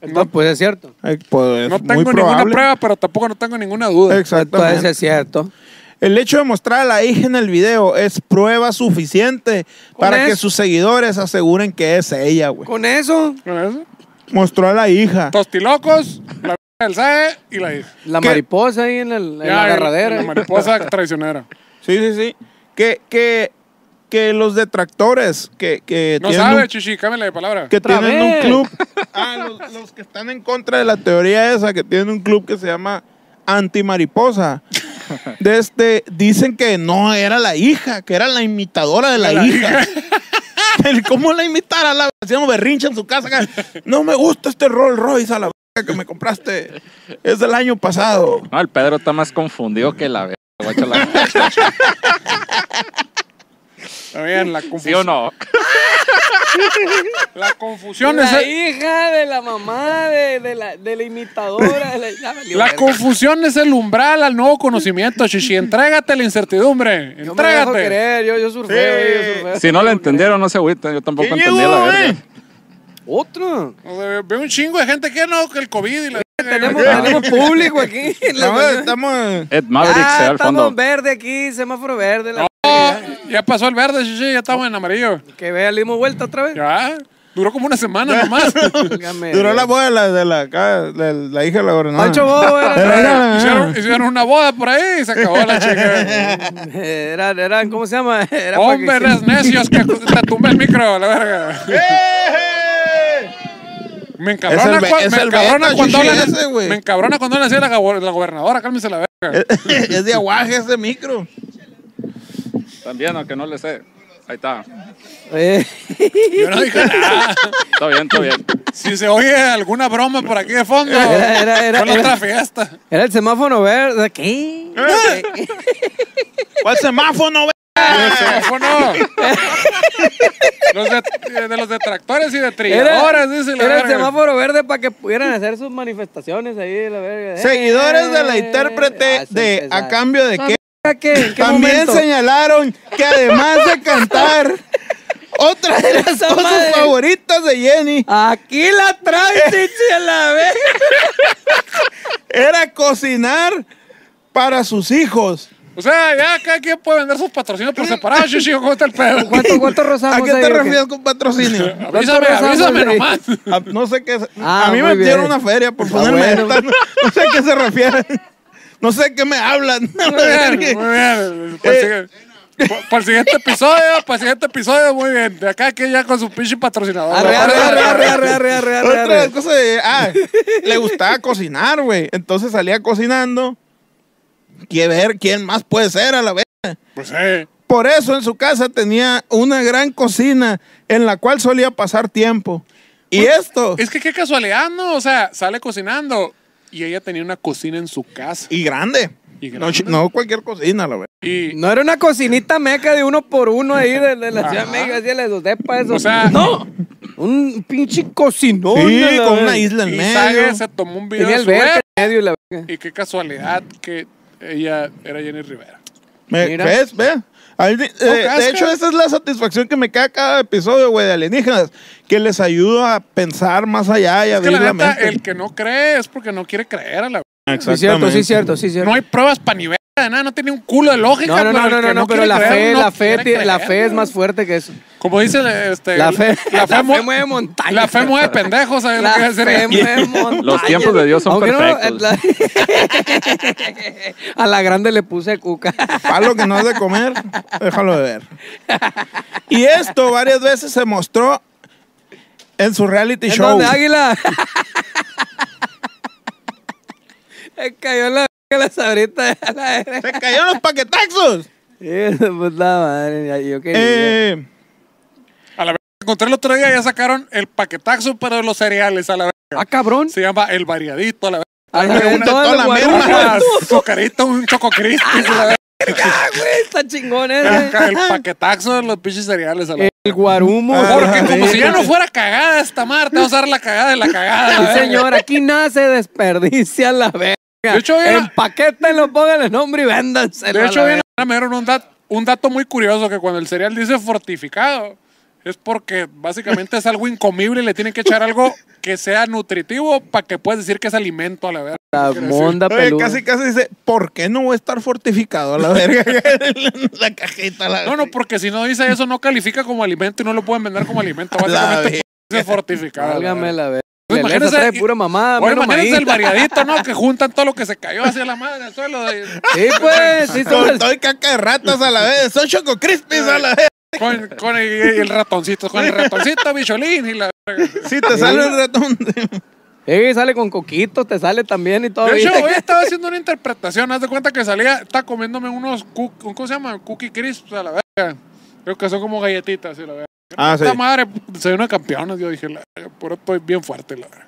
Entonces, pues es cierto. Eh, pues, No es tengo muy ninguna probable. prueba, pues. pero tampoco no tengo ninguna duda. Entonces Exactamente. es cierto. El hecho de mostrar a la hija en el video es prueba suficiente para eso. que sus seguidores aseguren que es ella, güey. Con eso, ¿Con eso? Mostró a la hija. Tostilocos, la verga del SAE y la hija. la ¿Qué? mariposa ahí en, el- en Ya, la y- agarradera. La mariposa traicionera. Sí, sí, sí. Que, que, que los detractores que, que No tienen, sabe, un, chichi, cámbiale de palabra. que Otra tienen un vez. club. Ah, los, los que están en contra de la teoría esa, que tienen un club que se llama Antimariposa. De este, dicen que no era la hija, que era la imitadora de la, La hija. Pero ¿Cómo la imitara? La hacíamos berrinche en su casa. acá, No me gusta este Rolls Royce a la verga que me compraste. Es del año pasado. No, el Pedro está más confundido que la verga. guáchala. Está bien, la confusión. ¿Sí o no? La confusión la es. hija de la mamá de, de la, de la imitadora. de la, ya valió La verga. confusión es el umbral al nuevo conocimiento, Chichi. Entrégate a la incertidumbre. Yo me dejo Entrégate. querer, yo, yo surfeo, Sí. yo surfeo. Si no la entendieron, no se agüiten. Yo tampoco ¿Quién entendí la llegó, verga. eh? Otro. O sea, veo un chingo de gente que no, que el COVID y la. Tenemos, tenemos público aquí. Estamos- estamos- Ed Maverick se ah, ve al estamos fondo. verde aquí, semáforo verde. la- No, ya pasó el verde, Chichi, ya estamos en amarillo. Que vea, le dimos vuelta otra vez. Ya. Duró como una semana nomás. Válgame. Duró la Ah. boda de la, de la, acá, de la hija de la gobernadora. Pancho Bobo De la hija era, de ¿eh? la Eh, hicieron, hicieron una boda por ahí y se acabó la chica. era, era- ¿cómo se llama? Era para que Hombres hicieran- necios que te tumba el micro, la verga. ¡Eh! Me Es encabrona, el be- cua- es me el encabrona beta, cuando chichi, hablan. ese, güey. me encabrona cuando hablan así de la, gober- la gobernadora, cálmese la Eh. verga. es de aguaje ese micro. También, aunque no le sé. Ahí está. Eh, Yo no dije nada. Está bien, está bien. Si se oye alguna broma por aquí de fondo, Era- era- era- fue la era. otra fiesta. era el semáforo verde. Eh, ¿Qué? ¿Cuál semáforo? ve? Ah. Ese fue no. Los de, de los detractores y de Era, trilladores, dice la era el verga. semáforo verde para que pudieran hacer sus manifestaciones ahí, la verga. Seguidores de la Eh, intérprete vas de empezar. A Cambio de Qué. ¿Qué? ¿En qué También momento? señalaron que además de cantar, otra de las Esa cosas madre. favoritas de Jenny Aquí la trae, chichi, a la verga. era cocinar para sus hijos. O sea, ya cada quien puede vender sus patrocinios por separado, chichi, ¿cómo está el pedo? ¿Cuánto, cuánto ¿A rozamos qué ahí, te o qué? refieres con patrocinio? Avísame, Nosotros avísame somos de- nomás. A- no sé qué. es- Ah, a mí muy me bien. Ah, dieron una feria por ponerme bueno. esta, No, no sé a qué se refieren. No sé a qué me hablan. Muy bien, muy bien. Para el Eh. siguiente- pa- para el siguiente episodio, para el siguiente episodio, muy bien. De acá que ya con su pinche patrocinador. Arre, arre, arre, arre, arre, arre, arre, arre, Otra de las arre. cosas de- ah, le gustaba cocinar, güey. Entonces salía cocinando. Quiere ver quién más puede ser a la vez. Pues eh. Por eso en su casa tenía una gran cocina en la cual solía pasar tiempo. Y esto. Es que qué casualidad, ¿no? O sea, sale cocinando y ella tenía una cocina en su casa. Y grande. Y No, grande. chi- No, cualquier cocina, la verdad. Y, No era una cocinita meca de uno por uno ahí de, de la Ciudad de México, así de los depas, eso. o sea, ¡No! Un pinche cocinón. Sí, a la con verga. una isla en y medio. Sage se tomó un video Tenía de el su verde verga. en medio y la verga. Y qué casualidad que ella era Jenny Rivera. Me- Mira. ¿Ves? Ve. Ahí di- eh, casca. de hecho, esa es la satisfacción que me queda cada episodio, güey, de alienígenas, que les ayuda a pensar más allá y Es que abrir la la, neta, mente. el que no cree es porque no quiere creer a la Sí, cierto, sí, cierto, sí, cierto. No hay pruebas para nivel. de nada, no tiene un culo de lógica. No, no, no, el no, que no, no, pero quiere la creer, fe, no la fe, quiere ti- la creer, fe es güey. más fuerte que eso. Como dice este, La fe, la fe, mu- mueve montañas. la fe mueve pendejos. ¿sabes lo La que quiere decir? fe mueve montañas. Los tiempos de Dios son Aunque no, perfectos. eh, la- a la grande le puse cuca. Palo que no has de comer, déjalo de ver. Y esto varias veces se mostró en su reality ¿En show. dónde, águila? Me cayó la la sabrita a la verga. ¡Se cayeron los paquetaxos! Eso, pues la madre. ya, Yo quería. Eh, A la verga, encontré el otro día, ya sacaron el paquetaxo, pero de los cereales. A la verga. ah, cabrón. Se llama el variadito. A la verga. A la Pero verga, una todo toda el la guarumo. merma. Unas azucaritas, un choco crispis, a la verga. Ah, güey, Está chingón ese. Acá El paquetaxo de los pinches cereales. A la verga. El guarumo. Ah, Porque eh, Ajá. como si ya no fuera cagada esta mar, te vas a dar la cagada de la cagada. a la Sí, verga. señor, aquí nace desperdicia la verga. De hecho, ya- Empaquétenlo, pónganle nombre y véndanselo. De a hecho, la bien, verga. me dieron un, dat- un dato muy curioso que cuando el cereal dice fortificado, es porque básicamente es algo incomible y le tienen que echar algo que sea nutritivo para que puedas decir que es alimento a la verga. La monda oye, peluda. casi casi dice, ¿por qué no voy a estar fortificado a la verga? la cajita, la No, no, porque si no dice eso no califica como alimento y no lo pueden vender como alimento. Básicamente dice fortificado. a la Válgame verga. la verga. Pues Le imagínense- trae pura mamada, Bueno, menos imagínense maíz. el variadito, ¿no? Que juntan todo lo que se cayó hacia la madre al suelo. de- Sí, pues, sí, son Con las- todo y caca de ratas a la vez. Son choco crispies a la vez. con con el, el ratoncito, con el ratoncito, bicholín y la verga. Sí, te sale un ratón. Sí, sale con coquitos, te sale también y todo. De hecho, ¿viste? hoy estaba haciendo una interpretación. Haz de cuenta que salía, estaba comiéndome unos, cu- ¿cómo se llama? Cookie crisps a la verga. Creo que son como galletitas, sí, la verga. Ah, Esta madre, soy una campeona, yo dije, la verga, por eso estoy bien fuerte, la verga.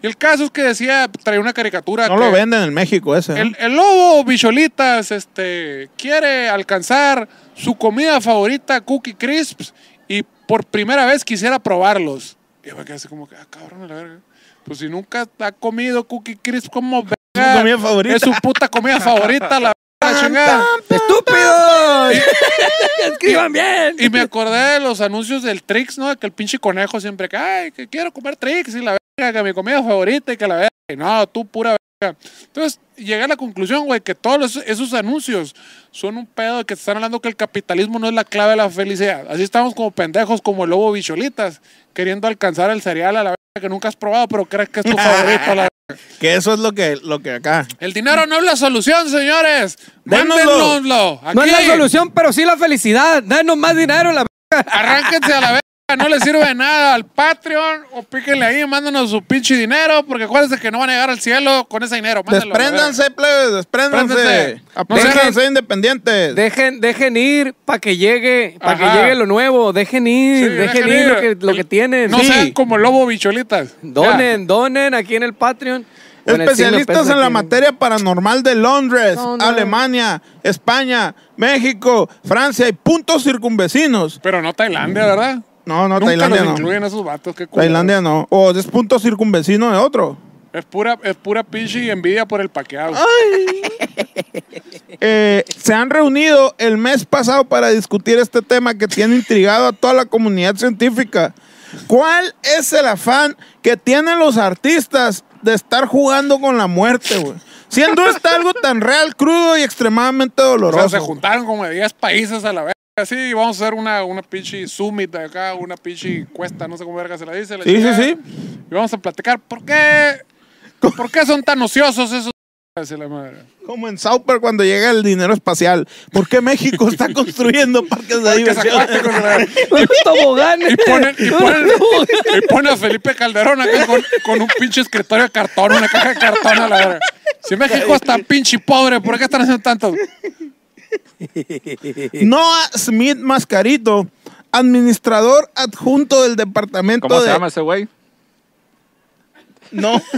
Y el caso es que decía, traía una caricatura. No que lo venden en México ese. ¿eh? ¿no? El, el lobo Bicholitas este, quiere alcanzar su comida favorita, Cookie Crisps, y por primera vez quisiera probarlos. Y yo me quedé así como que, ah, cabrón, a la verga. Pues si nunca ha comido Cookie Crisps, como verga? comida favorita. Es su puta comida favorita, la verga, chingada. ¡Estúpidos! ¡Escriban bien! Y me acordé de los anuncios del Trix, ¿no? De que el pinche conejo siempre que, ay, que quiero comer Trix y la verga, que mi comida favorita y que la verga. Y No, tú pura verga. Entonces, llegué a la conclusión, güey, que todos los- esos anuncios son un pedo de que te están hablando que el capitalismo no es la clave de la felicidad. Así estamos como pendejos, como el lobo bicholitas, queriendo alcanzar el cereal a la verga que nunca has probado, pero crees que es tu favorito. a la verga. Que eso es lo que, lo que acá. El dinero no es la solución, señores. Dénoslo. Mándenoslo. No es la aquí. solución, pero sí la felicidad. Denos más dinero, la Arránquense a la verga, no les sirve de nada al Patreon o píquenle ahí, mándanos su pinche dinero, porque acuérdense que no van a llegar al cielo con ese dinero. Mándenlo, Despréndanse, plebes, despréndanse. Despréndanse. Aprendan a Dejen- ser independientes. Dejen, dejen ir para que llegue, para que Ajá. llegue lo nuevo, dejen Sí, ir, dejen, ir, lo que, lo que tienen. No Sí. sean como lobo bicholitas. Donen, donen aquí en el Patreon. Con el signo peso Especialistas en la tienen. materia paranormal de Londres, No, no. Alemania, España, México, Francia y puntos circunvecinos. Pero no Tailandia, ¿verdad? No, no, Nunca Tailandia los no. incluyen esos vatos, qué culo. Tailandia no. O es punto circunvecino de otro. Es pura, es pura pinche envidia por el paqueado. Eh, se han reunido el mes pasado para discutir este tema que tiene intrigado a toda la comunidad científica. ¿Cuál es el afán que tienen los artistas de estar jugando con la muerte, güey? Siendo esto algo tan real, crudo y extremadamente o doloroso. sea, se juntaron como de 10 países a la verga. Sí, vamos a hacer una, una pinche summit de acá, una pinche cuesta, no sé cómo verga se la dice. la Sí, sí, chingada. sí. Y vamos a platicar por qué, por qué son tan ociosos esos. Dice la madre. Como en South Park cuando llega el dinero espacial. ¿Por qué México está construyendo parques de Que sacó diversión? este con la- Los toboganes. Y ponen, y, ponen, Los toboganes. y ponen a Felipe Calderón acá con, con un pinche escritorio de cartón, una caja de cartón a la verga. Si México está pinche pobre, ¿por qué están haciendo tanto? Noah Smith Mascarito, administrador adjunto del departamento ¿Cómo de... se llama ese güey? No.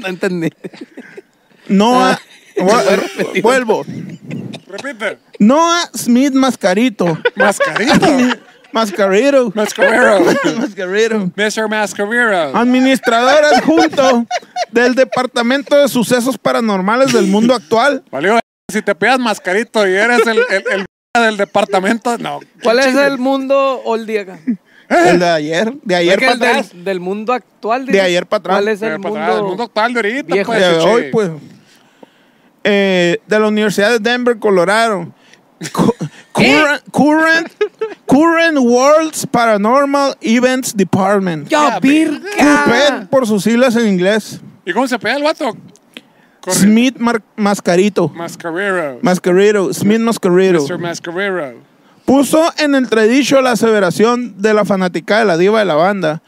No entendí. Noah. voy a Vu- repetir. Vuelvo. Repite. Noah Smith Mascarito. Mascarito. Mascarito. Mascarero. Mascarito. Mr. Mascarero. Administrador adjunto del Departamento de Sucesos Paranormales del Mundo Actual. Valió, si te pidas mascarito y eres el, el, el del departamento, no. ¿Cuál es el mundo old día acá? El de ayer. De ayer Es que para el del- atrás. Del, mundo actual. De dices. ayer para atrás. ¿Cuál es Pero el para atrás, Pues, el mundo? mundo actual de ahorita, viejo. pues. De chichi. hoy, pues. eh, de la Universidad de Denver, Colorado. Cu- Current, current, current World's Paranormal Events Department. ¡Ya, CUPED virga! por sus siglas en inglés. ¿Y cómo se pega el vato? Corre- Smith Mar- Mascarito. Mascarero. Mascarito. Smith Mascarito. Mr. Mascarero. Puso en entredicho la aseveración de la fanática de la diva de la banda.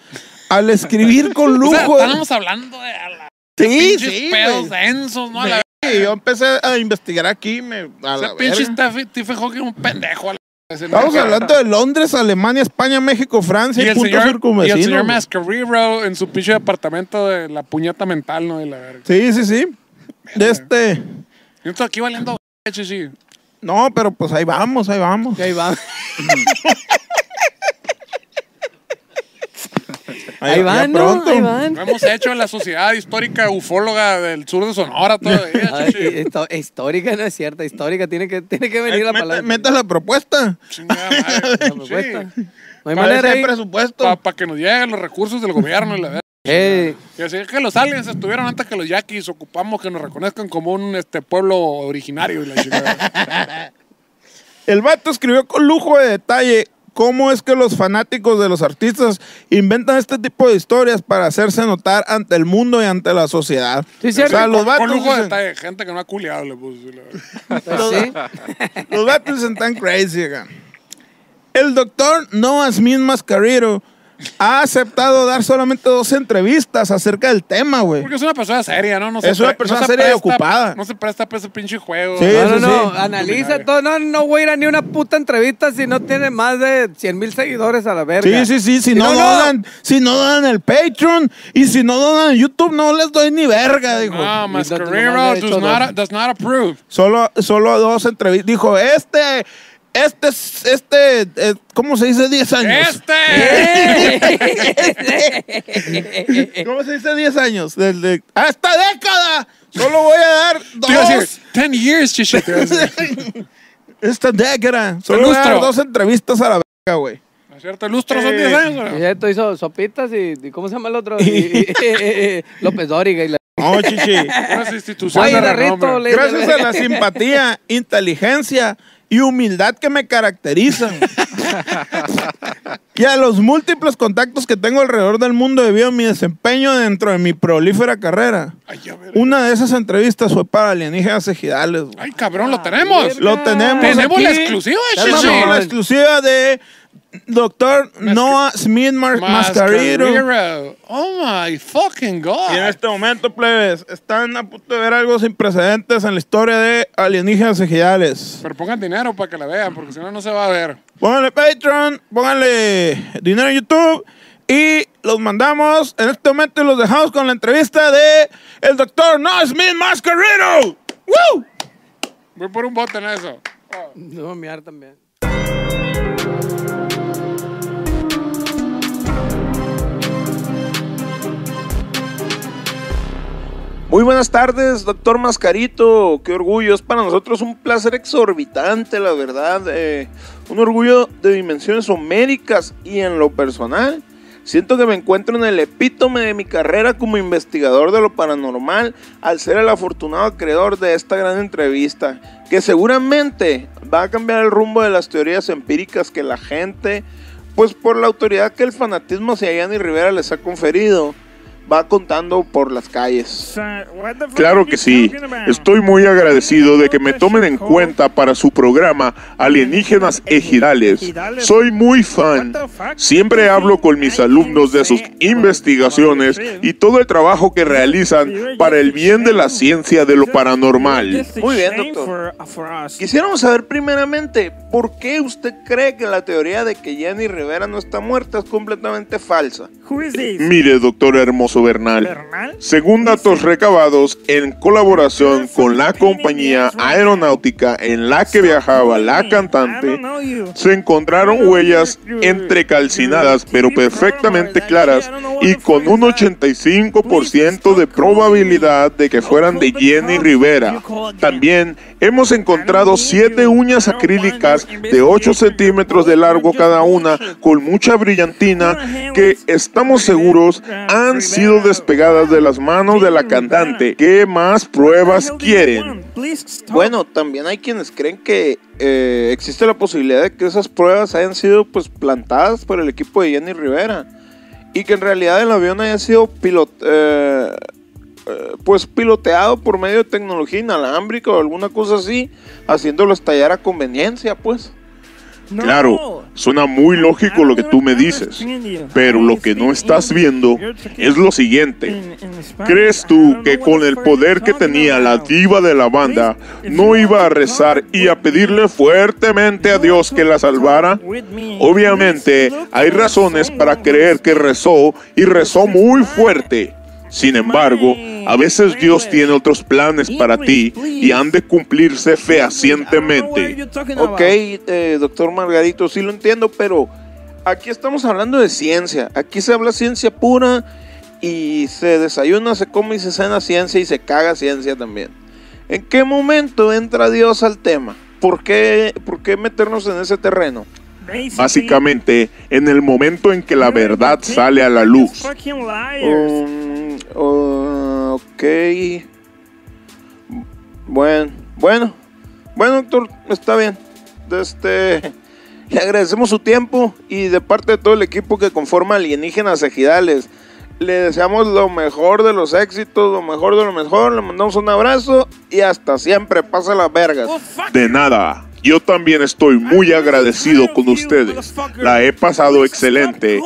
Al escribir con O sea, lujo. estábamos hablando de a la- sí, pinches sí, pedos eh. güey. densos, ¿no? A la Sí, yo empecé a investigar aquí. Me, a la Ese pinche verga. Stephen Stephen Hawking un pendejo. a la- ese Estamos nunca- hablando de Londres, Alemania, España, México, y Francia y, el, punto señor, y el circunvecino. señor Mascarero en su pinche departamento de la puñeta mental, ¿no? De la verga. Sí, sí, sí. De este. Yo estoy aquí valiendo chichi. No, pero pues ahí vamos, ahí vamos. Y ahí va. Ahí va- van, ya ¿no? Ahí van. No hemos hecho la sociedad histórica ufóloga del sur de Sonora todavía, Ay, eh. chichi. histo- histórica no es cierta, histórica tiene que, tiene que venir la Meta- palabra. meta la propuesta. Chingada madre. La propuesta. Sí. No hay Para manera ¿eh? ese ahí. presupuesto. Para que nos lleguen los recursos del gobierno y la verga. Eh, Y así es que los aliens estuvieron antes que los yaquis, ocupamos que nos reconozcan como un este, pueblo originario. y la chingada. El vato escribió con lujo de detalle cómo es que los fanáticos de los artistas inventan este tipo de historias para hacerse notar ante el mundo y ante la sociedad. Sí, o cierto. sea, con, los con vatos, lujo de dicen, detalle, gente que no ha culeado, le puse. la verga. pues sí. los vatos dicen tan crazy. acá. El doctor Noah Smith Mascarero ha aceptado dar solamente dos entrevistas acerca del tema, güey. Porque es una persona seria, ¿no? no Es una pre- persona se seria y presta- ocupada. No se presta para ese pinche juego. Sí. No, no, Eso no, sí. analiza todo. No, no voy a ir a ni una puta entrevista si no tiene más de 100 mil seguidores a la verga. Sí, sí, sí, si, no, donan, si no donan el Patreon y si no donan en YouTube no les doy ni verga, dijo. No, No, no, Mascarero no, does no. not, does not approve. Solo, solo dos entrevistas. Dijo, este, este, es- este, eh, ¿cómo se dice 10 años? ¡Este! ¿Cómo se dice 10 años? Desde esta década. Solo voy a dar Te iba a dos. decir, 10 years, chichi. te iba a decir. Esta década. Solo voy a dar lustro. dos entrevistas a la verga, güey. ¿No es ¿Cierto? Lustro son 10 años. Y ¿no? esto hizo sopitas y, y ¿cómo se llama el otro? Y- y- y- y- López Dóriga y la... No, chichi. Unas instituciones Oye, de Darrito, renombre. le- Gracias a la simpatía, inteligencia y humildad que me caracterizan. y a los múltiples contactos que tengo alrededor del mundo debido a mi desempeño dentro de mi prolífera carrera. Ay, ya veré. Una de esas entrevistas fue para alienígenas ejidales. güey. Ay, cabrón, lo tenemos. Ah, Lo tenemos. Pues Tenemos la aquí. exclusiva, Tenemos chichi. la exclusiva de Doctor Noah Smith Mar- Mascarero. Mascarero. Oh my fucking Y en god. este momento, plebes, están a punto de ver algo sin precedentes en la historia de alienígenas ejidales. Pero pongan dinero para que la vean, porque si no, no se va a ver. Pónganle Patreon, pónganle dinero en YouTube y los mandamos en este momento y los dejamos con la entrevista de el doctor No Smith Mascarino. ¡Woo! Voy por un bote en eso. No, miar también. Muy buenas tardes, doctor Mascarito. Qué orgullo. Es para nosotros un placer exorbitante, la verdad. eh, un orgullo de dimensiones homéricas y en lo personal. Siento que me encuentro en el epítome de mi carrera como investigador de lo paranormal al ser el afortunado acreedor de esta gran entrevista, que seguramente va a cambiar el rumbo de las teorías empíricas que la gente, pues por la autoridad que el fanatismo hacia Yanni Rivera les ha conferido, va contando por las calles. Claro que sí. Estoy muy agradecido de que me tomen en cuenta para su programa Alienígenas Ejidales. Soy muy fan. Siempre hablo con mis alumnos de sus investigaciones y todo el trabajo que realizan para el bien de la ciencia de lo paranormal. Muy bien, doctor. Quisiéramos saber primeramente por qué usted cree que la teoría de que Jenny Rivera no está muerta es completamente falsa. Mire, doctor Hermoso Bernal. Según datos recabados en colaboración con la compañía aeronáutica en la que viajaba la cantante, se encontraron huellas entrecalcinadas pero perfectamente claras y con un 85% de probabilidad de que fueran de Jenny Rivera. También hemos encontrado siete uñas acrílicas de 8 centímetros de largo cada una con mucha brillantina que estamos seguros han sido despegadas de las manos de la cantante. ¿Qué más pruebas quieren? Bueno, también hay quienes creen que eh, existe la posibilidad de que esas pruebas hayan sido pues plantadas por el equipo de Jenny Rivera y que en realidad el avión haya sido pilot, eh, eh, pues piloteado por medio de tecnología inalámbrica o alguna cosa así, haciéndolo estallar a conveniencia, pues. Claro, suena muy lógico lo que tú me dices, pero lo que no estás viendo es lo siguiente. ¿Crees tú que con el poder que tenía la diva de la banda no iba a rezar y a pedirle fuertemente a Dios que la salvara? Obviamente hay razones para creer que rezó y rezó muy fuerte. Sin embargo, a veces Dios tiene otros planes para ti y han de cumplirse fehacientemente. Ok, eh, doctor Margarito, sí lo entiendo, pero aquí estamos hablando de ciencia. Aquí se habla ciencia pura y se desayuna, se come y se cena ciencia y se caga ciencia también. ¿En qué momento entra Dios al tema? ¿Por qué, por qué meternos en ese terreno? Básicamente, en el momento en que la verdad sale a la luz. Um, oh, ok. Bueno, bueno, bueno, doctor, está bien. Este, le agradecemos su tiempo y de parte de todo el equipo que conforma Alienígenas Ejidales. Le deseamos lo mejor de los éxitos, lo mejor de lo mejor. Le mandamos un abrazo y hasta siempre. Pasa las vergas. De nada. Yo también estoy muy agradecido con ustedes. La he pasado excelente.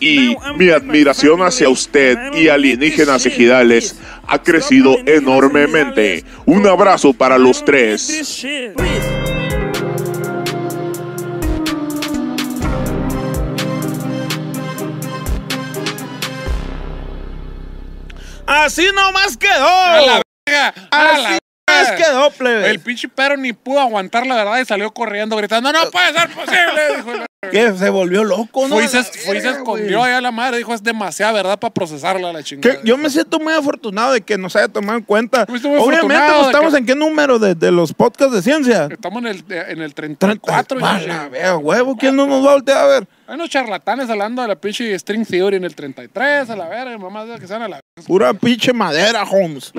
Y mi admiración hacia usted y alienígenas ejidales ha crecido enormemente. Un abrazo para los tres. Así nomás A la quedó. verga. A la Así nomás verga. quedó, plebe. ¡Ah! El pinche perro ni pudo aguantar la verdad y salió corriendo gritando, no puede ser posible. Dijo, la- Que se volvió loco, ¿no? fue, y A se, la fue y se verga, escondió güey. allá la madre, dijo, es demasiada verdad para procesarla la chingada. Que yo me siento muy afortunado de que nos haya tomado en cuenta. Fuiste muy Obviamente, afortunado pues, de estamos que- en qué número de, de los podcasts de ciencia. Estamos en el, eh, en el 34. 34. y- Mala, vea, huevo, ¿quién no nos va a voltear a ver? Hay unos charlatanes hablando de la pinche string theory en el 33, a la verga, mamá de que sean a la Pura pinche madera, Holmes.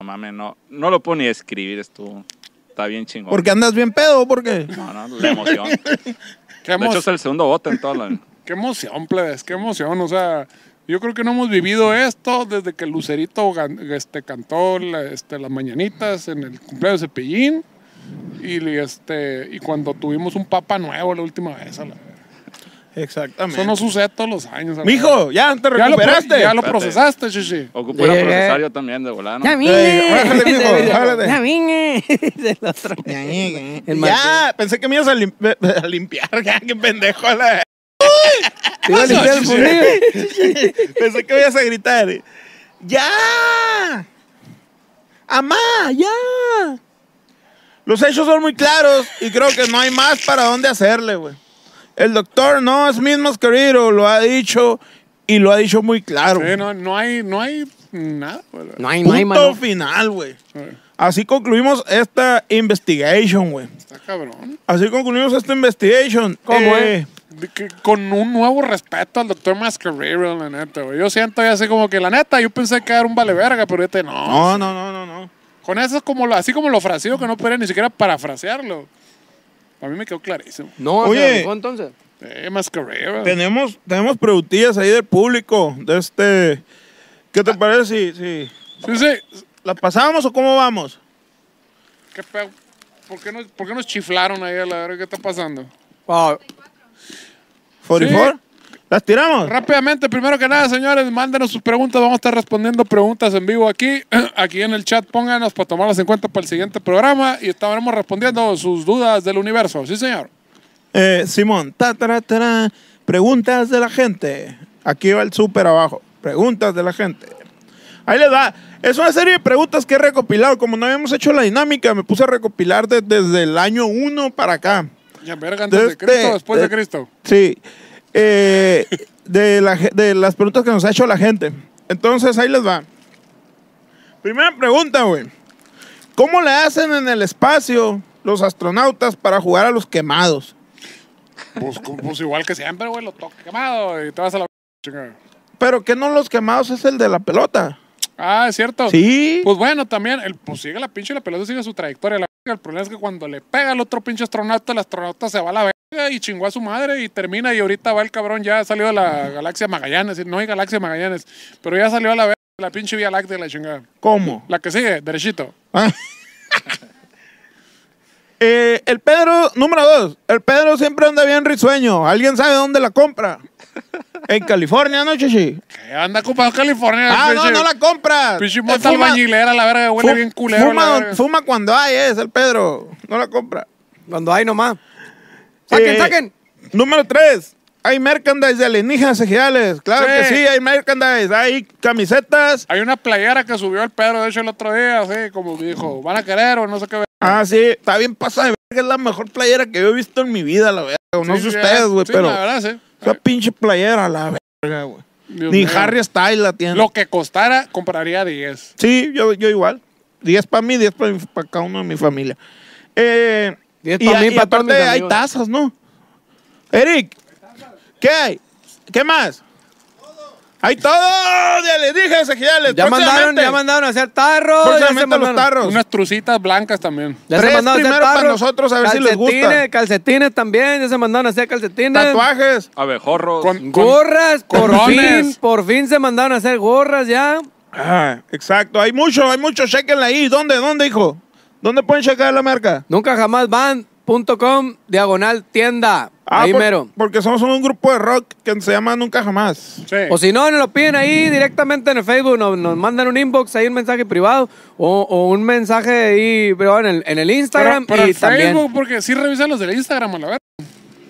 No mames, no, no lo puedo ni escribir, esto está bien chingón. Porque andas bien pedo, porque. No, no, la emoción. De Qué, hecho, emo- es el segundo bote en toda la... qué emoción, plebes, qué emoción. O sea, yo creo que no hemos vivido esto desde que Lucerito gan- este, cantó la- este, las mañanitas en el cumpleaños de Cepillín. Y, le- este, y cuando tuvimos un papa nuevo la última vez. a la verga. Exactamente. Eso no sucede todos los años. a la verga. Mijo, ya te ya lo, pro- recuperaste. ya lo Espérate. procesaste, chichi. Ocupo ir a Llegué. procesar yo también de volar, ¿no? Ey, órale, mijo, órale. Ya vine. Del otro. El Ya, Martín. pensé que me ibas a, lim- a limpiar. Ya, qué pendejo. la- Te iba a limpiar el fundillo. Pensé que me ibas a gritar. ¡Ya! ¡Amá, ya! Los hechos son muy claros y creo que no hay más para dónde hacerle, güey. El doctor no es mismo querido, lo ha dicho y lo ha dicho muy claro. Sí, no, no hay, no hay nada. güey. No hay, no hay, Punto mano. final, güey. Así concluimos esta investigation, güey. Está cabrón. Así concluimos esta investigation. ¿Cómo, eh? De que con un nuevo respeto al doctor Mascarero, la neta, güey. Yo siento ya así como que la neta, yo pensé que era un vale verga, pero este no. No, no, no, no, no. Con eso es como lo- así como lo fraseo que no podía ni siquiera parafrasearlo. A mí me quedó clarísimo. No, Oye. se la rifó entonces. Eh, Mascarero. Tenemos, tenemos preguntillas ahí del público. De este. ¿Qué te parece si- si Sí, sí. ¿La pasamos o cómo vamos? ¿Qué pedo? ¿Por qué, nos, ¿Por qué nos chiflaron ahí a la verga? ¿Qué está pasando? Oh, 44. ¿Las tiramos? Rápidamente, primero que nada, señores, mándenos sus preguntas. Vamos a estar respondiendo preguntas en vivo aquí. Aquí en el chat, pónganos para tomarlas en cuenta para el siguiente programa y estaremos respondiendo sus dudas del universo. Sí, señor. Eh, Simón, ta, ta, ta, ta. preguntas de la gente. Aquí va el súper abajo. Preguntas de la gente. Ahí les va. Es una serie de preguntas que he recopilado. Como no habíamos hecho la dinámica, me puse a recopilar de- desde el año 1 para acá. Ya, verga, antes de Este, Cristo, después de este. Cristo. Sí. Eh, de, la ge- de las preguntas que nos ha hecho la gente. Entonces, ahí les va. Primera pregunta, güey. ¿Cómo le hacen en el espacio los astronautas para jugar a los quemados? Pues, cu- pues igual que siempre, güey, lo toca quemado y te vas a la chingada. Pero que no los quemados es el de la pelota. Ah, es cierto. Sí. Pues bueno, también, el, pues sigue la pinche, la pelota sigue su trayectoria. La verga. el problema es que cuando le pega al otro pinche astronauta, el astronauta se va a la verga y chingó a su madre y termina. Y ahorita va el cabrón, ya salió de la galaxia Magallanes. No hay galaxia Magallanes, pero ya salió a la verga de la pinche Vía Láctea y la chingada. ¿Cómo? La que sigue, derechito. Eh, el Pedro, número dos. El Pedro siempre anda bien risueño. ¿Alguien sabe dónde la compra? En California, ¿no, Chichi? Que anda ocupado California. Ah, el no, pinche- no la compra. Pinche Eh, mota fuma- albañilera, la verga, huele fu- bien culero. Fuma, la don- verga. fuma cuando hay, es el Pedro. No la compra. Cuando hay nomás. Saquen, Eh, saquen. Número tres. Hay merchandise de alienígenas ejidales. Claro Sí. que sí, hay merchandise. Hay camisetas. Hay una playera que subió el Pedro, de hecho, el otro día, así como dijo, van a querer o no sé qué. ver- Ah, sí. Está bien pasada de verga. Es la mejor playera que yo he visto en mi vida, la verga. No Sí, sé sí, ustedes, güey, sí, pero... la verdad, sí. Esa pinche playera, la verga, güey. Dios Ni mío. Harry Styles la tiene. Lo que costara, compraría 10. Sí, yo, yo igual. 10 para mí, 10 para cada uno de mi familia. Eh, 10 y pa' a- mí, y pa' todos aparte mis hay amigos. tazas, ¿no? Eric, ¿qué hay? ¿Qué más? Hay todo, ya les dije, Ezequiel. Ya mandaron, próximamente. ya mandaron a hacer tarros. ya se Próximamente los mandaron. tarros. Unas trucitas blancas también. Ya se Tres mandaron a hacer primero para tarros. nosotros, a ver si les Calcetines, gustan. Calcetines también, ya se mandaron a hacer calcetines. Tatuajes. Abejorros. Con, con- Gorras, por cordones. fin, por fin se mandaron a hacer gorras ya. Ah, exacto. Hay mucho, hay mucho. Chequenla ahí. ¿Dónde, dónde, hijo? ¿Dónde pueden checar la marca? Nunca jamás van.com, diagonal tienda. Ah, ahí por- mero. Porque somos un grupo de rock que se llama Nunca Jamás. sí. O si no, nos lo piden ahí directamente en el Facebook, nos, nos mandan un inbox, ahí un mensaje privado o, o un mensaje ahí privado en el, en el Instagram pero, pero y en también. Facebook, porque sí revisan los del Instagram, a la verga.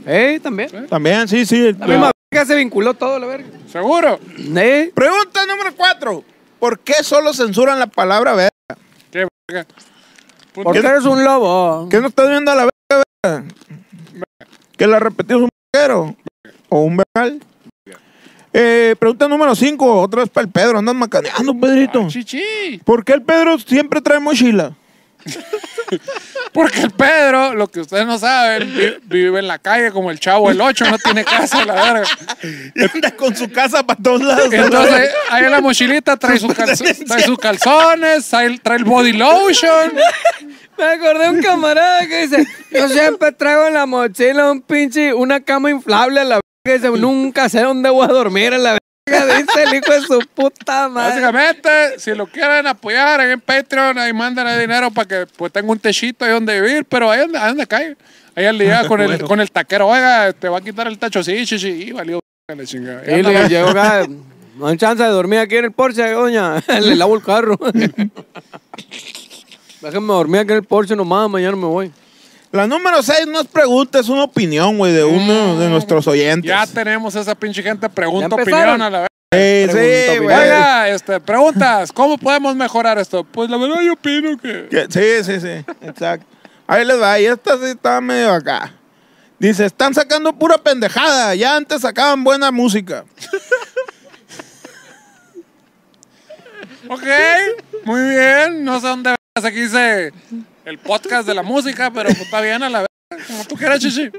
Eh, también. También, sí, sí. La misma verga se vinculó todo, la verga. Seguro. Eh, Pregunta número cuatro. ¿Por qué solo censuran la palabra verga? Qué verga. Puta, porque eres un lobo. ¿Qué no estás viendo a la verga, verga? ¿Que la repetimos un verguero? ¿O un vergal? Eh, pregunta número cinco. Otra vez para el Pedro. Andas macaneando, Pedrito. ah, Chichi. ¿Por qué el Pedro siempre trae mochila? Porque el Pedro, lo que ustedes no saben, vi- vive en la calle como el chavo el 8, no tiene casa, la verga. Y anda con su casa para todos lados. Entonces, ahí en la mochilita trae, sus calzo- trae sus calzones, trae el, trae el body lotion. Me acordé de un camarada que dice, yo siempre traigo en la mochila un pinche, una cama inflable a la verga. Dice, nunca sé dónde voy a dormir a la verga. Dice el hijo de su puta madre. Básicamente, si lo quieren apoyar ahí en Patreon, ahí mandan el dinero para que pues tenga un techito ahí donde vivir, pero ahí donde, ahí donde cae. Ahí al día con el, con el taquero, oiga, te va a quitar el tacho, sí, sí, sí, y valió la chingada. Y le llegó acá, no hay chance de dormir aquí en el Porsche, doña. Le lavo el carro. Déjenme dormir aquí en el Porsche nomás, mañana me voy. La número seis no es pregunta, es una opinión, güey, de uno de nuestros oyentes. Ya tenemos esa pinche gente, pregunta Ya empezaron. opinión a la vez. Eh, Pregunta, sí, güey. Oiga, este, preguntas, ¿cómo podemos mejorar esto? Pues la verdad yo opino que... Que- Sí, sí, sí, exacto. Ahí les va, y esta sí está medio acá. Dice, están sacando pura pendejada, ya antes sacaban buena música. Ok, muy bien. No sé dónde vergas aquí hice el podcast de la música, pero pues, está bien a la verga. Como tú quieras, chichi.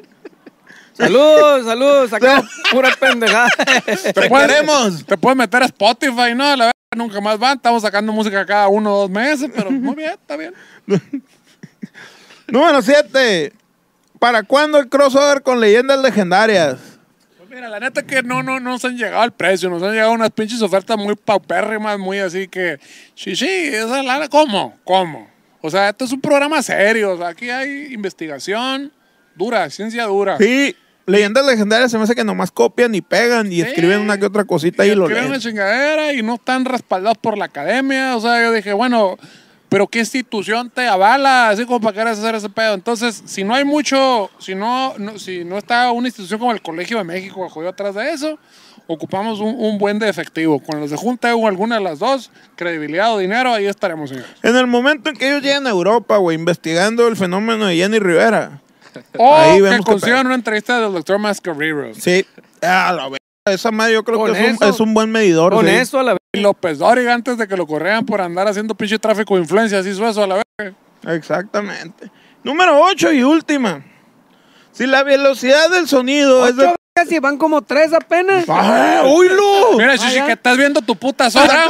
Saludos, saludos, sacamos pura pendejada. puedes- Te queremos. Te puedes meter a Spotify, ¿no? A la verga, nunca más van. Estamos sacando música cada uno o dos meses, pero muy bien, está bien. Número 7. ¿Para cuándo el crossover con leyendas legendarias? Pues mira, la neta que no, no, no nos han llegado al precio. Nos han llegado unas pinches ofertas muy paupérrimas, muy así que... Chichi, esa lana, ¿cómo? ¿Cómo? O sea, esto es un programa serio. O sea, aquí hay investigación dura, ciencia dura. Sí, leyendas legendarias se me hace que nomás copian y pegan y escriben una que otra cosita y, y lo escriben leen. una chingadera y no están respaldados por la academia. O sea, yo dije, bueno, pero ¿qué institución te avala? Así como para querer hacer ese pedo. Entonces, si no hay mucho, si no, no- si no está una institución como el Colegio de México jodido atrás de eso, ocupamos un, un buen de efectivo. Con los de Junta o alguna de las dos, credibilidad o dinero, ahí estaremos, señores. En el momento en que ellos llegan a Europa, güey, investigando el fenómeno de Jenny Rivera. O Ahí que vemos qué consigan pedo. una entrevista del doctor Mascarero. Sí. Ah, la verga. Esa madre yo creo Con que es un, eso- es un buen medidor. Con sí. eso a la verga. Y López Dóriga antes de que lo corrieran por andar haciendo pinche tráfico de influencias, hizo eso a la vez. Exactamente. Número 8 y última. Si la velocidad del sonido es Ocho de... vacas y van como tres apenas. ¡Ah, oílo! Mira, Shishi, que estás viendo tu puta sombra.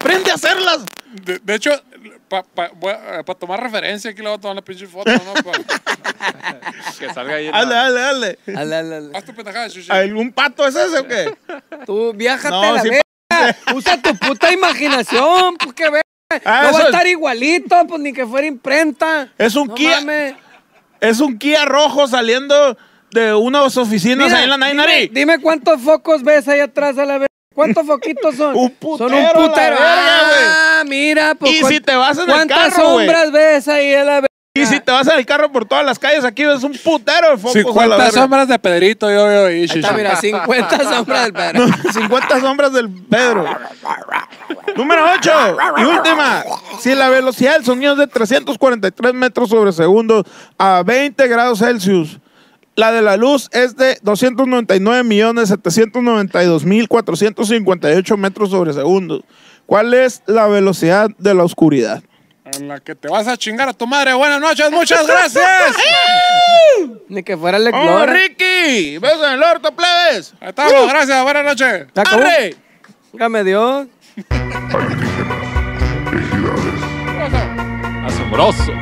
¡Aprende a hacerlas! De, de hecho, para eh, tomar referencia, aquí le voy a tomar la pinche foto, ¿no? Pa- Que salga ahí. Dale, dale, dale. Ala, ala, ala. haz tu pendejada, Shishi. ¿Algún pato es ese o qué? Tú viájate No, a la sí verga. Usa tu puta imaginación, pues qué verga. Ah, no va eso- a estar igualito, pues ni que fuera imprenta. Es un No Kia. mames. Es un Kia rojo saliendo de unas oficinas Mira, ahí en la dime, Nainari. dime cuántos focos ves ahí atrás a la verga. ¿Cuántos foquitos son? Un putero, Son un putero. la verga, ah, mira, pues. Y cuán- si te vas en el ¿Cuántas carro, güey? sombras ves ahí a la verga? Y si te vas en el carro por todas las calles, aquí ves un putero de focos. pues, a la 50 verga. sombras de Pedrito, yo veo ahí, Shishi. Ah, mira, 50 sombras del perro. 50 sombras del Pedro. Número 8. Y última. Si la velocidad del sonido es de 343 metros sobre segundo a 20 grados Celsius, la de la luz es de 299.792.458 metros sobre segundo. ¿Cuál es la velocidad de la oscuridad? A la que te vas a chingar a tu madre. Buenas noches, muchas gracias. Ni que fuera el ¡Vamos, Explorer. Oh, Ricky! ¡Besos en el orto, plebes! Ahí Estamos, gracias, buenas noches. ¿Se acabó? ¡Arre! Válgame Dios. alienígenas, ejidades, Asombroso.